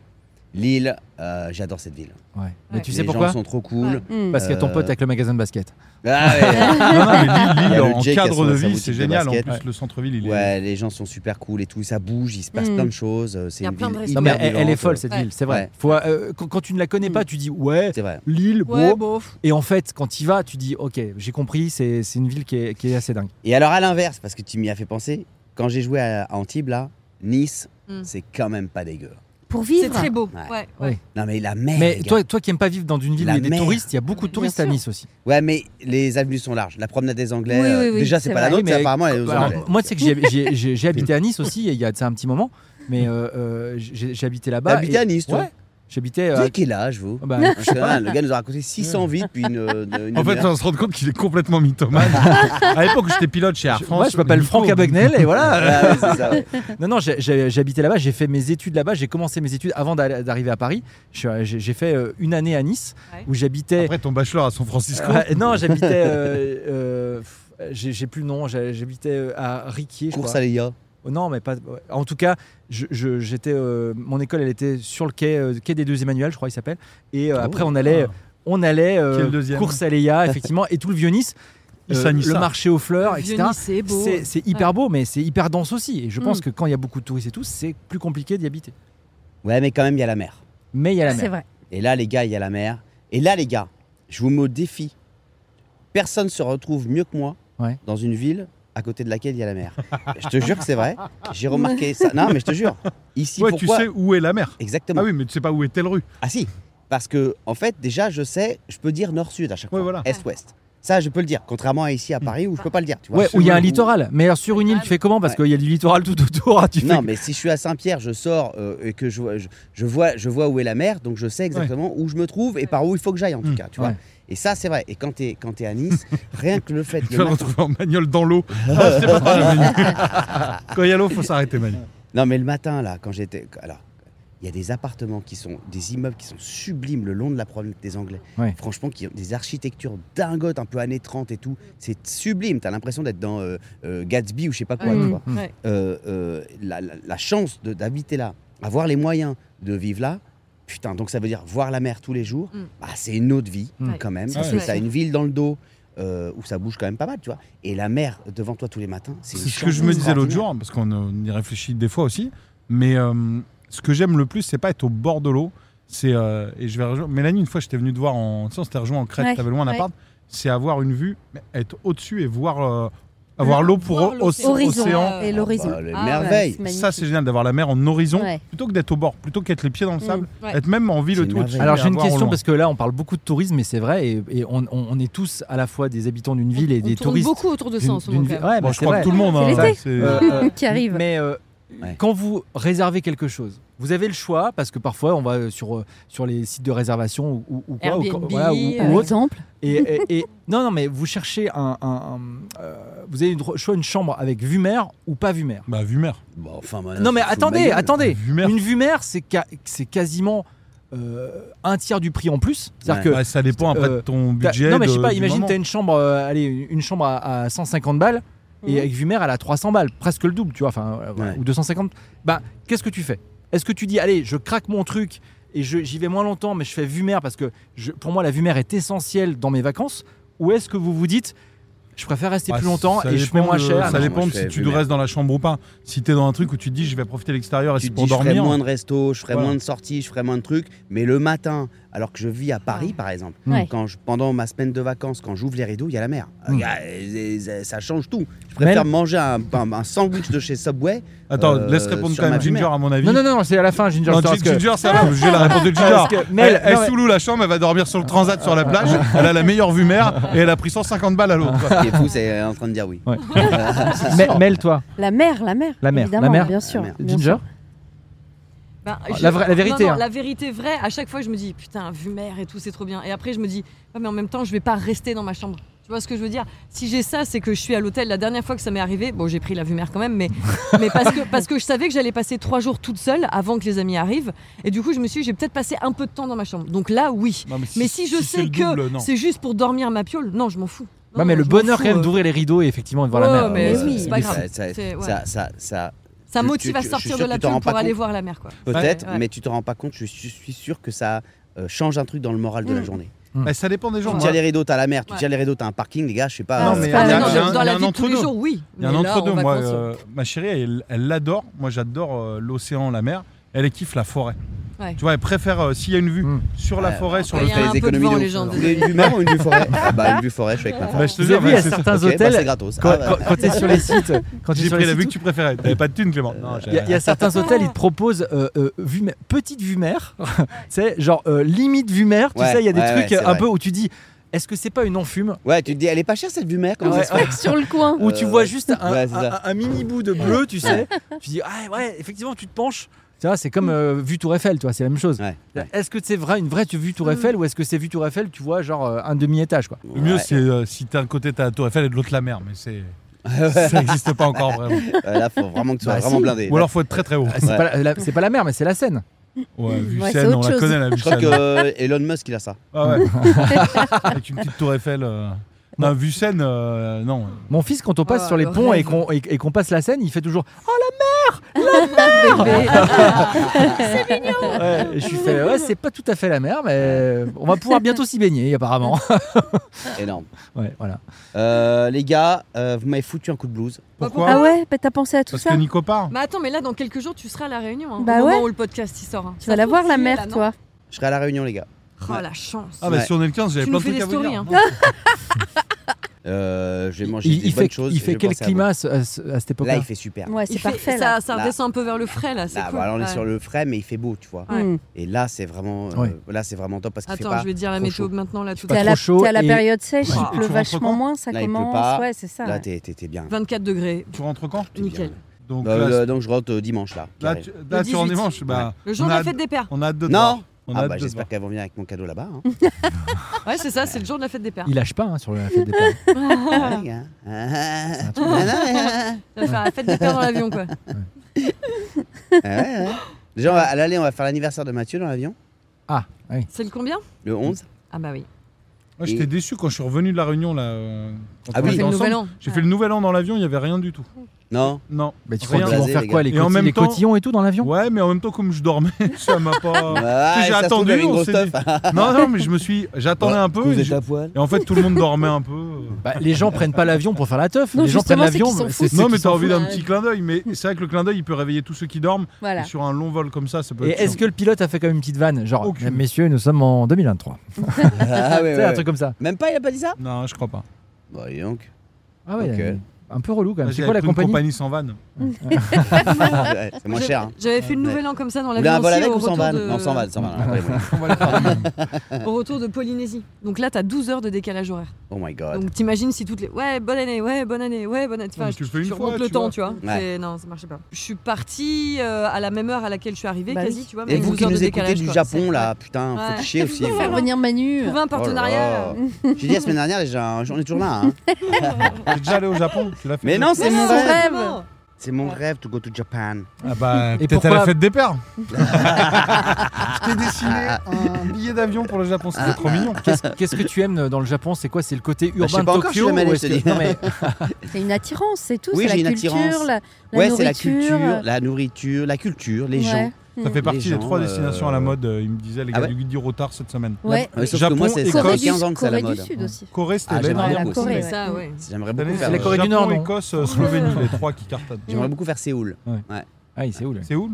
E: Lille, euh, j'adore cette ville.
F: Ouais. Mais tu
E: Les
F: sais
E: gens
F: pourquoi
E: sont trop cool.
H: Hmm.
F: Parce qu'il y a ton
E: Euh,
F: pote avec le magasin de basket.
E: Ah ouais.
I: Non, non, mais Lille,
F: Ah,
E: Il y
I: Lille,
E: a le
I: en
E: Jake à son-
I: cadre
E: sa
I: de vie,
E: boutique
I: c'est
E: de
I: génial. En
E: basket.
I: plus, le centre-ville, il est.
E: Ouais, les gens sont super cool et tout, ça bouge, il se passe
H: Mm.
E: plein de choses. euh,
C: Il
E: C'est
C: y a
E: une
C: plein de
E: ville
C: restos.
F: Non,
E: hyper
F: mais elle, elle est
E: vivante,
F: folle
E: euh,
F: cette
C: Ouais. Mm.
F: ville, c'est vrai.
E: Ouais.
F: Faut, euh, quand, quand tu ne la connais pas, tu dis ouais,
E: C'est vrai.
F: Lille,
C: Ouais,
F: bon.
C: bof.
F: Et en fait, quand il vas, tu dis ok, j'ai compris, c'est c'est une ville qui est, qui est assez dingue.
E: Et alors à l'inverse, parce que tu m'y as fait penser, quand j'ai joué à, à Antibes là, Nice,
H: Hmm.
C: Mm.
E: c'est quand même pas dégueu.
H: Pour
C: C'est
H: vivre.
C: très beau.
E: Ouais.
C: Ouais.
F: Ouais.
E: Non mais la mer.
F: Mais
E: Eh, les gars.
F: toi, toi qui n'aimes pas vivre dans une ville où
E: La
F: il y a des
E: mer.
F: touristes, il y a beaucoup de
C: Bien
F: touristes à
C: sûr.
F: Nice aussi.
E: Ouais, mais les avenues sont larges. La promenade des Anglais,
H: Oui, oui,
E: euh,
H: oui,
E: déjà c'est
H: c'est
E: pas la
H: vrai.
F: Oui,
E: nôtre,
F: mais euh,
E: c'est apparemment elle est aux
F: Alors,
E: Anglais.
F: moi, tu sais que j'y hab- j'y ai- j'ai j'ai habité à Nice aussi, il y a c'est un petit moment, mais euh, euh, j'ai j'ai habité là-bas.
E: T'habitais
F: et-
E: à Nice, toi
F: Ouais. J'habitais. euh,
E: Vous avez quel âge vous
F: bah,
E: Parce que, hein, Le gars nous a raconté 600 vies depuis une. euh, une
I: En fait,
E: demi-heure.
I: on se rend compte qu'il est complètement mythomane. à l'époque où j'étais pilote chez Air
F: je-
I: France.
F: moi, je m'appelle Franck Abagnale et voilà.
E: Ah ouais, c'est ça, ouais.
F: Non, non, j'ai- j'ai- j'habitais là-bas, j'ai fait mes études là-bas, j'ai commencé mes études avant d'aller- d'arriver à Paris. Je suis- J'ai j'ai fait euh, une année à Nice
C: Ouais.
F: où
E: Ah,
F: j'habitais.
I: Après ton bachelor à San Francisco.
F: Ouais, non, j'habitais. euh, euh, pff, j'ai j'ai plus le nom, j'ai- j'habitais euh, à Riquier. je
E: Course
F: crois.
E: à l'IA.
F: Oh, Non, mais pas. ouais. En tout cas, je- je- j'étais. euh, mon école, elle était sur le quai, euh, quai des deux Emmanuel, je crois, il s'appelle. Et euh,
E: Oh.
F: après, on allait, on allait euh,
I: Quel deuxième
F: course à Léa, effectivement, et tout le vieux Nice,
I: Nice à Nice.
F: le marché aux fleurs, etc.
C: Vieux Nice, c'est beau.
F: C'est c'est hyper beau, mais c'est hyper dense aussi. Et je pense
H: Mm.
F: que quand il y a beaucoup de touristes et tout, c'est plus compliqué d'y habiter.
E: Ouais, mais quand même, il y a la mer.
F: Mais il y a la
H: C'est
F: mer.
H: vrai.
E: Et là, les gars, il y a la mer. Et là, les gars, je vous mets au défi. Personne se retrouve mieux que moi
F: Ouais.
E: dans une ville à côté de laquelle il y a la mer. je te jure que c'est vrai. J'ai remarqué ça. Non, mais je te jure. Ici,
I: Ouais, tu
E: pourquoi
I: sais où est la mer.
E: Exactement.
I: Ah
E: Ah,
I: oui, mais tu sais pas où est telle rue.
E: si. Parce que, en fait, déjà, je sais, je peux dire nord-sud à chaque
I: Ouais,
E: fois.
I: voilà.
E: Est-ouest. Ça, je peux le dire. Contrairement à ici, à Paris, où je peux pas le dire. Tu vois,
F: Ouais, où il y a un
E: Où-
F: littoral. Mais alors, sur une
H: Ah,
F: île, tu fais comment Parce qu'il y a du littoral tout autour. hein, tu fais-
E: Non, mais si je suis à Saint-Pierre, je sors euh, et que je, vois- je, je vois, je vois où est la mer, donc je sais exactement où je me trouve et par où il faut que j'aille, en tout
I: Mm.
E: cas. Tu vois
F: Mmh, Ouais.
E: Et ça, c'est vrai. Et quand tu es, à Nice, rien que le fait.
I: Tu
E: le
I: vas le
E: matin-
I: retrouver en bagnole dans l'eau. Ah, c'est pas grave, Manu. Quand il y a l'eau, faut s'arrêter, Manu.
E: Non, mais le matin, là, quand j'étais. Alors, il y a des appartements qui sont. des immeubles qui sont sublimes le long de la promenade des Anglais.
F: Ouais.
E: Franchement, qui ont des architectures dingotes, un peu années 30 et tout. C'est sublime. T'as l'impression d'être dans euh, euh, Gatsby ou je sais pas quoi.
F: Mmh.
H: Mm.
E: tu vois.
C: Ouais.
E: Euh, euh, la, la- la chance de- d'habiter là, avoir les moyens de vivre là. Putain, donc ça veut dire voir la mer tous les jours,
C: Mm.
E: bah, c'est une autre vie
F: Mm.
E: quand même.
C: Ça,
E: Parce
C: c'est
E: que t'as
C: sûr.
E: une ville dans le dos euh, où ça bouge quand même pas mal, tu vois. Et la mer devant toi tous les matins, c'est
I: C'est
E: une
I: ce que je me
E: chance
I: disais l'autre
E: extraordinaire.
I: jour, parce qu'on euh, on y réfléchit des fois aussi. Mais euh, ce que j'aime le plus, c'est pas être au bord de l'eau. C'est euh, et je vais rejoindre Mélanie. Une fois, j'étais venu te voir en, tu sais, on s'était rejoint en Crète.
H: Ouais,
I: T'avais loin un
H: ouais.
I: appart. C'est avoir une vue, mais être au-dessus et voir euh, avoir l'eau pour
C: Voir
I: o-
C: l'océan.
I: océan.
H: Horizon et l'horizon.
E: Ah bah, les
C: Ah ouais,
E: merveilles.
H: c'est magnifique.
I: Ça, c'est génial d'avoir la mer en horizon,
H: Ouais.
I: plutôt que d'être au bord, plutôt qu'être les pieds dans le
H: Mm.
I: sable,
C: Ouais.
I: être même en ville
E: C'est
I: autour.
E: une merveille.
F: Alors j'ai une question parce que là on parle beaucoup de tourisme mais c'est vrai et, et on, on- on est tous à la fois des habitants d'une ville et
C: on
F: des
C: tourne
F: touristes.
C: beaucoup autour de ça en
F: d'une-
C: ce moment.
F: d'une
C: quand même.
F: ville. Ouais, bah,
I: je
F: c'est
I: crois
F: vrai.
I: que tout le monde.
H: C'est
I: hein,
H: l'été.
I: c'est-
F: Euh, euh,
H: qui arrive.
F: Mais euh,
E: Ouais.
F: quand vous réservez quelque chose, vous avez le choix parce que parfois on va euh, sur, euh, sur les sites de réservation ou, ou- ou quoi, ou-
C: Airbnb,
F: voilà, ou- ou
C: euh,
H: Par
F: autre.
H: exemple.
F: Et, et- et- non, non, mais vous cherchez un. un- un, euh, vous avez le choix une chambre avec vue mer ou pas vue mer.
I: Bah, vue mer.
E: Bon, enfin,
I: Ah,
E: maintenant,
F: Non, mais
E: faut- faut
F: attendez,
E: ma gueule.
F: attendez.
I: Vue mer.
F: Une vue mer, c'est ca- c'est quasiment euh, un tiers du prix en plus. C'est-à-dire
E: Ouais.
F: que
I: Ouais, ça dépend après
F: euh,
I: de ton
F: T'as-
I: budget.
F: Non, mais je sais
I: de-
F: pas,
I: du
F: imagine,
I: moment.
F: t'as une chambre, euh, allez, une chambre à, à 150 balles et
H: Mhm.
F: avec Vumer, elle a 300 balles, presque le double, tu vois, enfin, euh, voilà,
E: Ouais.
F: ou 250. Bah, qu'est-ce que tu fais Est-ce que tu dis, allez, je craque mon truc et je- j'y vais moins longtemps, mais je fais Vumer parce que je- pour moi, la Vumer est essentielle dans mes vacances Ou est-ce que vous vous dites, je préfère rester
I: Bah,
F: plus longtemps
I: ça
F: et je
I: dépend
F: fais moins
I: de-
F: cher
I: Ça
E: Non,
I: dépend
E: moi,
I: de
E: je
I: si
E: fais
I: tu
E: vue mer.
I: restes dans la chambre ou pas. Si t'es dans un truc où tu te dis je vais profiter de l'extérieur et
E: Tu
I: c'est
E: te
I: pour
E: dis, je ferai
I: dormir.
E: moins de resto, je ferai
I: Voilà.
E: moins de sorties, je ferai moins de trucs, mais le matin, alors que je vis à Paris,
H: Ouais.
E: par exemple.
H: Ouais.
E: Quand je- pendant ma semaine de vacances, quand j'ouvre les rideaux, il y a la mer. Euh,
I: Hmm.
E: il y a- et- et- ça change tout. Je préfère
F: Même-
E: manger un, un- un sandwich de chez Subway.
I: Attends,
E: euh,
I: laisse répondre
E: sur
I: quand même
E: ma
I: Ginger,
E: jumelle.
I: à mon avis.
F: Non, non, non, c'est à la fin, Ginger.
I: Non,
F: Star, parce
I: Gin-
F: que-
I: Ginger, ça va, j'ai la réponse de
F: Parce
I: Ginger.
F: que Mel-
I: elle elle
F: non, mais-
I: sous-loue la chambre, elle va dormir sur le transat sur la plage, elle a la meilleure vue mer et elle a pris 150 balles à l'autre.
E: Ce qui est fou, c'est elle est en train de dire oui.
F: Ouais.
E: Euh,
F: Mel- Mel, toi.
H: La mer, la mer.
F: La mer, la
H: évidemment,
F: mer.
H: bien sûr.
E: La mer.
H: bien
F: Ginger.
H: sûr.
C: Ben,
F: Ah, la vraie- la
C: Non,
F: vérité,
C: non,
F: hein.
C: La vérité vraie, à chaque fois, je me dis, putain, vu mère et tout, c'est trop bien. Et après, je me dis, ouais, mais en même temps, je vais pas rester dans ma chambre. Tu vois ce que je veux dire Si j'ai ça, c'est que je suis à l'hôtel. La dernière fois que ça m'est arrivé, bon, j'ai pris la vue mère quand même, mais, mais parce, que, parce que je savais que j'allais passer trois jours toute seule avant que les amis arrivent. Et du coup, je me suis dit, j'ai peut-être passé un peu de temps dans ma chambre. Donc là, oui.
I: Non,
C: Mais si je
I: c'est
C: sais
I: le double,
C: que
I: non.
C: c'est juste pour dormir ma piole, non, je m'en fous. Non,
F: Ouais, mais
C: non,
F: le
C: je m'en
F: bonheur
C: fous,
F: quand même
C: euh.
F: d'ouvrir les rideaux et effectivement de voir
C: Ouais,
F: la mer.
C: mais
F: euh,
H: oui,
F: c'est
C: pas
F: ouf.
C: grave.
E: ça- ça-
C: C'est- ouais.
E: ça- ça- ça-
C: Ça
E: Tu-
C: motive
E: tu-
C: à
E: tu- je suis
C: sortir de
E: sûr
C: la
E: que tu t'en
C: piole
E: rends
C: pour
E: pas
C: aller
E: compte.
C: voir la mer, quoi.
E: Peut-être,
C: Ouais, ouais.
E: mais tu te rends pas compte. Je suis, je suis sûr que ça euh, change un truc dans le moral de la
H: Mm.
E: journée.
F: Bah,
I: Eh, ça dépend des gens.
E: Tu
I: moi.
E: tiens les rideaux, t'as la mer.
C: Hmm.
E: Tu
C: Ouais.
E: tiens les rideaux, t'as un parking, les gars. Je sais
I: Ah,
E: pas.
I: non,
E: euh,
I: mais
C: Ah,
I: il y a-
C: non,
I: il y a
C: dans- dans
I: un- il y a
C: la
I: un
C: vie de tous les
I: entre-deux.
C: jours, oui.
I: Il y a un
C: Mais là,
I: entre-deux.
C: en
I: Moi,
C: vacances,
I: euh, ma chérie, elle, elle l'adore. Moi, j'adore euh, l'océan, la mer. Elle elle kiffe la forêt.
C: Ouais.
I: Tu vois, elle préfère, euh, s'il y a une vue
F: Mm.
I: sur la
E: Ouais,
I: forêt, sur
C: ouais,
I: le
C: il y a un
E: les
C: peu de
E: économies
C: vent,
E: d'eau.
C: les gens,
E: Vous
C: désolé.
E: voulez Une vue mer ou une vue forêt Ah Bah une vue forêt, je suis avec ma
I: Bah,
E: femme.
I: je te
F: Vous
I: jure,
F: avez vu,
I: ouais,
F: à
I: c'est ça.
F: certains
E: Ok, bah, c'est
F: hôtels,
E: gratos.
F: quand,
E: Ah, bah,
F: quand- quand t'es sur les sites, quand t'es
I: J'ai
F: sur
I: pris
F: les
I: la vue
F: sites,
I: que tu préférais. T'avais pas de thune, Clément. Non,
F: Il y, a- il y a certains hôtels, ils te proposent euh, euh, vue mer- petite vue mer, c'est genre euh, limite vue mer. Tu
E: Ouais,
F: sais, il y a des
E: ouais,
F: trucs
E: ouais,
F: euh,
E: c'est
F: un
E: vrai.
F: peu où tu dis, est-ce que c'est pas une enfume
E: Ouais, tu te dis, elle est pas chère cette vue mer Comment
F: Ouais,
E: ça se fait
F: ouais.
H: Sur le coin.
F: Où tu
E: Euh,
F: vois juste un,
E: ouais, c'est
F: un-
E: ça.
F: un- un mini bout de bleu, tu sais. tu dis, ah ouais, effectivement, tu te penches. Tu vois, c'est comme euh, vue Tour Eiffel, tu vois, c'est la même chose.
E: Ouais, ouais.
F: Est-ce que c'est vrai une vraie vue Tour Eiffel ou est-ce que c'est vue Tour Eiffel, tu vois, genre euh, un demi-étage quoi
I: Le mieux,
E: Ouais.
I: c'est euh, si t'as un côté, t'as la Tour Eiffel et de l'autre la mer. Mais c'est. Ça n'existe pas encore vraiment.
E: Euh, Là, faut vraiment que tu sois
F: Bah,
E: vraiment
F: si.
E: blindé.
I: Ou alors, faut être très très haut.
F: Ah, C'est
E: Ouais.
F: pas, la- la- c'est pas la mer, mais c'est la Seine.
I: Ouais, vue
H: Ouais, c'est
I: Seine, on
H: autre
I: la
H: chose.
I: connaît, la vue
E: Je crois
I: Seine.
E: que euh, Elon Musk, il a ça.
I: Ah ouais. Avec une petite tour Eiffel. euh. Non, vue Seine, euh, non.
F: Mon fils, quand on passe
C: Oh,
F: sur les
C: le
F: ponts et
C: rêve.
F: qu'on et- et qu'on passe la Seine, il fait toujours oh
C: bébé.
F: Ouais, et je suis fait, ouais, c'est pas tout à fait la mer, mais on va pouvoir bientôt s'y baigner, apparemment.
E: Énorme.
F: Ouais, voilà.
E: Euh, les gars, euh, vous m'avez foutu un coup de blues.
I: Pourquoi
H: Ah ouais, bah, t'as pensé à tout
I: Parce
H: ça
I: que Nico part.
C: Mais attends, mais là, dans quelques jours, tu seras à la Réunion. Hein,
H: Bah
C: au moment
H: ouais.
C: où le podcast il sort. hein.
H: Tu
C: Ça
H: vas la
C: se
H: voir
C: trouve,
H: la
C: tu y es,
H: mer,
C: là,
H: toi.
E: Je serai à la réunion, les gars.
C: non Oh la chance.
I: Ah, bah
E: Ouais.
I: si on est le 15, j'avais
C: Tu
I: plein
C: nous
I: de
C: fais
I: trucs
C: des
I: à vous
C: stories.
I: dire.
C: hein.
E: Euh, je vais manger
F: Il,
E: des
F: il
E: bonnes
F: fait,
E: choses.
F: il
E: et
F: fait
E: je
F: quel
E: pense à
F: climat à, ce- à ce- à cette
E: vous.
F: époque-là
E: Là, il fait super.
H: Ouais, c'est
C: Il fait-
H: parfait.
C: Ça,
H: là.
C: ça
E: Là.
C: redescend un peu vers le frais là. C'est
E: Là,
C: cool.
E: voilà, on est
C: Ouais.
E: sur le frais, mais il fait beau, tu vois.
C: Ouais.
H: Hmm.
E: Et là, c'est vraiment, euh,
F: Ouais.
E: là, c'est vraiment top parce qu'il fait
C: Attends,
E: pas.
C: je vais te dire la
E: trop
C: météo
E: chaud.
C: maintenant là. Tout
F: Pas
H: T'es à,
F: trop
H: la,
F: chaud
H: t'es à la
F: et-
H: période sèche,
I: Ouais. Et
H: il
I: tu
H: pleut
I: rentres
H: vachement
I: quand
H: moins, ça
E: Là, il pleut
H: commence.
E: pas.
H: Ouais, c'est ça.
E: Là,
H: ouais.
E: t'es, t'es- t'es bien.
C: 24 degrés.
I: Tu rentres quand
E: T'es bien.
C: Nickel.
I: Donc
E: Euh,
I: là,
E: le- donc je rentre euh, dimanche là. qui
I: là,
E: arrive.
I: tu, là, tu es en
C: 18.
I: dimanche. Bah,
C: Le jour
I: on
C: de
I: a
C: la
I: hâte-
C: fête des pères.
I: On a hâte de te
E: Non.
I: voir. On a
E: Ah
I: hâte
E: bah
I: de te voir.
E: j'espère qu'elles vont venir avec mon cadeau là-bas. hein.
C: Ouais, c'est ça, c'est le jour de la fête des pères.
F: Il lâche pas hein, sur la fête des pères.
E: Ouais, les gars. Ah, ah, ah,
C: Enfin, la fête des pères dans l'avion quoi.
E: ah, ah, ah. Déjà on va- à l'aller on va faire l'anniversaire de Mathieu dans l'avion,
F: Ah, oui.
C: C'est le combien
E: le 11.
C: Ah bah oui.
I: Moi, j'étais
E: Et-
I: déçu quand je suis revenu de la réunion. là. euh, quand
E: Ah
I: on
E: oui.
I: était
C: On a fait le
I: ensemble.
C: nouvel an.
I: J'ai fait le nouvel an dans l'avion, il n'y avait rien du tout.
E: Non
I: Non.
F: Mais tu crois
I: Rien.
F: qu'ils vont
E: Blasé,
F: faire
E: les
F: quoi les,
I: gars. Et en
F: coti-
I: même
F: les
I: temps-
F: cotillons et tout dans l'avion
I: Ouais, mais en même temps, comme je dormais, ça m'a pas.
E: Ah,
I: j'ai
E: ça se trouve, il
I: attendu,
E: y avait une
I: on
E: grosse
I: s'est dit-
E: teuf.
I: Non, non, mais je me suis. J'attendais un peu.
E: Vous
I: et
E: êtes
I: j'ai-
E: à poil.
I: Et en fait, tout le monde dormait un peu.
F: Bah, Les gens prennent pas l'avion pour faire la teuf.
H: Non,
F: les gens prennent
H: justement, c'est
F: l'avion.
H: qu'ils s'en
F: c'est-
H: foutent.
F: c'est
I: Non, mais
F: qu'ils
I: t'as
F: s'en
I: envie
F: foutent.
I: d'un petit clin d'œil. Mais c'est vrai que le clin d'œil, il peut réveiller tous ceux qui dorment.
H: Voilà.
I: Et sur un long vol comme ça, ça peut
F: Et
I: être.
F: est-ce
I: chiant.
F: que le pilote a fait quand même une petite vanne Genre,
I: Aucune.
F: messieurs, nous sommes en 2023.
E: Ah, ouais,
F: Tu sais,
E: ouais,
F: un
E: ouais.
F: truc comme ça.
E: Même pas il a pas dit ça
I: Non, je crois pas.
E: Bah dis donc.
F: Ah ouais,
E: Ok.
F: euh, un peu relou quand même.
I: J'ai
F: C'est quoi la
I: pris une
F: compagnie
I: sans vanne.
E: Ouais, c'est moins
C: J'avais-
E: cher. hein.
C: J'avais fait le
E: Ouais.
C: nouvel an comme ça dans
E: Vous voulez
C: l'avion.
E: un vol
C: aussi,
E: avec
C: au
E: ou sans
C: retour
E: van
C: de-
E: Non, sans van, sans van. après, bon.
C: Au retour de Polynésie. Donc là, t'as 12 heures de décalage horaire.
E: Oh my god.
C: Donc t'imagines si toutes les ouais bonne année ouais bonne année ouais bonne année
I: Non, mais tu le fais une fois,
C: remontes le
I: tu
C: temps
I: vois.
C: tu vois
E: Ouais.
C: C'est- non ça marchait pas je suis partie euh, à la même heure à laquelle je suis arrivée
H: Bah
C: quasi
H: oui.
C: tu vois mais
E: Et
C: avec
E: vous
C: 12
E: qui
C: heures de
E: nous écoutez
C: décalage,
E: du
C: quoi.
E: Japon là,
C: Ouais.
E: putain, faut
C: Ouais.
E: te chier aussi.
H: Faut Faire venir Manu.
C: trouver un
E: Oh là
C: partenariat euh,
E: là. J'ai dit la semaine dernière, les gens, on est toujours là. hein.
I: T'es déjà allé au Japon Tu l'as fait
E: Mais
I: toi
E: non, c'est
H: Mais
E: mon
H: non.
E: rêve.
C: Exactement.
E: C'est mon rêve to go to Japan.
I: Ah bah,
F: Et
I: peut-être à
F: pourquoi-
I: la fête des pères. je t'ai dessiné un billet d'avion pour le Japon,
E: Ah,
I: c'était trop mignon.
F: Qu'est-ce qu'est-ce que tu aimes dans le Japon C'est quoi C'est le côté
E: je sais
F: urbain
E: pas
F: de
E: encore, je
F: Tokyo
E: suis jamais
F: ou
E: allé,
F: est-ce
E: je te
F: que-
E: dis.
F: Non, mais-
H: C'est une attirance, c'est tout.
E: Oui,
H: c'est
E: j'ai
H: la
E: une
H: culture,
E: attirance.
H: la, la
E: ouais, c'est la
H: nourriture. Mm.
E: culture,
H: euh,
E: la nourriture, la culture, les
H: ouais.
E: gens.
I: Ça fait partie des
E: gens,
I: trois destinations à la
E: euh,
I: mode, euh, il me disait les gars
E: Ah ouais
I: du du retard cette semaine.
H: Ouais.
E: Ouais, Euh, sauf
I: Japon,
E: que moi, c'est ça
H: Corée
E: fait
H: du,
E: 15 ans que c'est à la
H: Corée du
E: mode.
H: Sud aussi.
I: Corée, c'était
E: Ah,
I: belle.
E: j'aimerais
H: la
E: beaucoup
H: Corée,
E: aussi.
H: ouais.
C: ça ouais
E: J'aimerais
I: Cette
E: beaucoup
I: année,
E: faire.
I: c'est la
E: euh,
I: Corée du Nord,
F: non
I: Écosse, euh, Slovénie, les trois qui cartonnent.
E: J'aimerais beaucoup faire Séoul.
F: Ah, oui, c'est où là
I: Séoul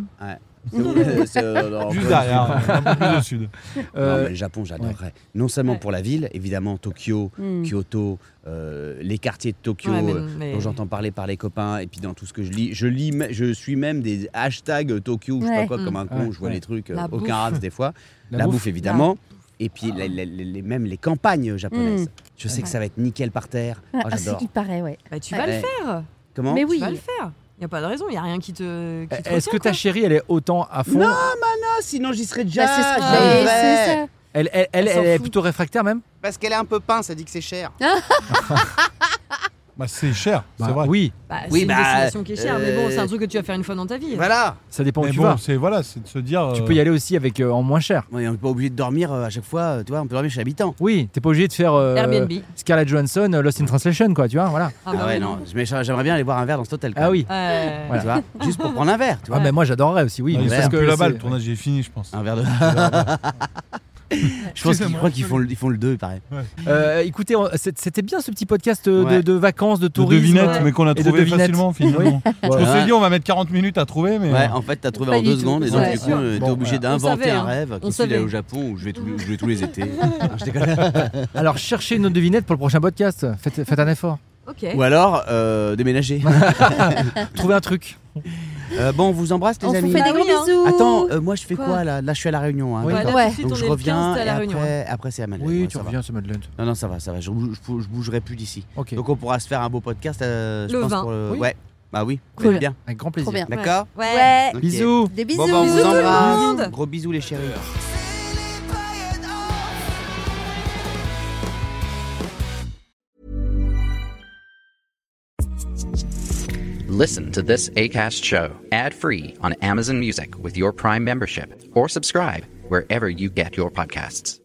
E: C'est où C'est- c'est, euh, alors,
I: Juste
E: encore une
I: derrière, euh, un peu plus au sud.
E: fois. Non,
F: Euh,
E: mais le Japon, j'adorerais. Non seulement pour la ville, évidemment, Tokyo,
H: Hmm.
E: Kyoto, euh, les quartiers de Tokyo.
C: Ouais, mais-
E: euh,
C: mais-
E: dont j'entends parler par les copains et puis dans tout ce que je lis je lis me- je suis même des hashtags Tokyo ou je sais
H: Ouais.
E: pas quoi comme un con
F: Ouais,
E: je vois
F: ouais.
E: les trucs euh,
C: La bouffe.
E: aucun rats des fois
F: La
E: la,
F: bouffe.
E: bouffe, évidemment et puis la- la- la- les- même les campagnes japonaises
H: Mm.
E: je sais
C: Ouais.
E: que ça va être nickel par terre
H: Ah,
E: Oh,
H: ah,
E: j'adore
H: si, il paraît, ouais.
C: Bah, tu vas
E: Ouais.
C: le faire.
E: comment
H: Mais
C: Tu
H: oui.
C: vas le faire. Il y a pas de raison, il y a rien qui te. qui te
F: Eh, Est-ce que
C: retient,
F: ta
C: quoi.
F: chérie, elle est autant à fond
E: Non, Ah, sinon j'y serais déjà
H: Bah, c'est ce que
E: j'y
H: j'allais-
E: vais.
H: c'est ça.
F: Elle, elle, elle,
C: Elle s'en
F: elle est
C: fout.
F: plutôt réfractaire même
J: Parce qu'elle est un peu pince, elle dit que c'est cher.
H: Ah.
I: Bah, c'est cher,
F: Bah,
I: c'est vrai.
F: Oui,
C: Bah,
E: Oui,
C: c'est
E: bah,
C: une destination qui est chère, mais bon,
E: euh,
C: c'est un truc que tu vas faire une fois dans ta vie.
J: Voilà.
F: ça dépend où
I: Mais
F: tu
I: bon,
F: vas.
I: c'est voilà, c'est de se dire.
F: Tu
I: euh,
F: peux y aller aussi avec euh, en moins cher.
E: Ouais, on n'est pas obligé de dormir euh, à chaque fois euh, tu vois on peut dormir chez l'habitant
F: Oui, t'es pas obligé de faire euh,
C: Airbnb.
F: Scarlett Johansson, euh, Lost in Translation, quoi, tu vois, voilà.
C: Ah,
E: ah,
C: bah
E: ouais
C: oui.
E: non mais j'a- j'aimerais bien aller boire un verre dans cet hôtel quand
F: Ah
E: même.
F: oui.
C: Ouais.
E: tu vois juste pour prendre un verre tu vois
F: Ah, mais moi j'adorerais aussi, oui.
I: ah,
F: mais
I: Ils
E: parce
I: sont
E: que
I: plus là-bas,
F: c'est-
I: le tournage est fini, je pense.
E: un verre de je pense qu'ils- je crois qu'ils font le- ils font le 2 pareil
F: Euh, écoutez, on- c'est- c'était bien ce petit podcast euh, de,
E: Ouais.
F: de vacances, de
I: De
F: tourisme.
I: devinettes, mais qu'on a
F: Et de
I: trouvé
F: devinettes.
I: facilement, finalement.
F: Ouais.
I: On s'est dit, on va mettre 40 minutes à trouver, mais. euh,
E: Ouais, en fait, t'as trouvé
H: Pas
E: en
H: du
E: deux
H: tout.
E: secondes et donc
H: Ouais.
E: du coup,
H: Bien
E: euh, t'es
F: Bon,
E: obligé d'inventer
C: savait,
E: un euh,
C: hein.
E: rêve.
C: On
E: Qu'est-ce qu'il est
C: savait.
E: au Japon où je vais, tous, où je vais tous les étés Ah, je déconne.
F: Alors cherchez nos devinettes pour le prochain podcast. Faites, faites un effort.
C: Ok.
H: Eh
E: Ou alors, euh, déménager.
F: Trouvez un truc.
E: Euh, bon, on vous embrasse, les
H: On vous
E: amis.
H: fait des
C: Bah
H: gros
C: oui, hein.
H: bisous.
E: Attends, euh, moi, je fais quoi,
C: Quoi
E: là Là, je suis à La Réunion. hein,
F: Ouais,
E: d'accord.
C: Voilà,
H: Ouais.
C: tout de suite,
E: Donc,
C: on
E: je
C: est le 15,
E: reviens
C: t'es à
E: et
C: la réunion. hein.
E: après, après, c'est à Madeleine.
F: Oui,
E: Ouais,
F: tu
E: ça va.
F: reviens sur Madeleine.
E: Non, non, ça va, ça va. Je, bou- je bou- je bougerai plus d'ici.
F: Ok,
E: Donc, on pourra se faire un beau podcast. euh, je
C: Le
E: pense,
C: 20.
E: pour
F: Oui.
E: Ouais. Bah oui,
H: Cool.
E: c'est bien.
F: avec grand plaisir.
H: Trop bien.
E: D'accord
C: Ouais.
H: Ouais.
E: Ok.
F: Bisous.
H: Des bisous.
E: Bon, bah, on
H: Bisous
E: vous
H: tout le monde.
E: embrasse. Gros bisous, les chéris.
K: Listen to this ACAST show ad free on Amazon Music with your Prime membership or subscribe wherever you get your podcasts.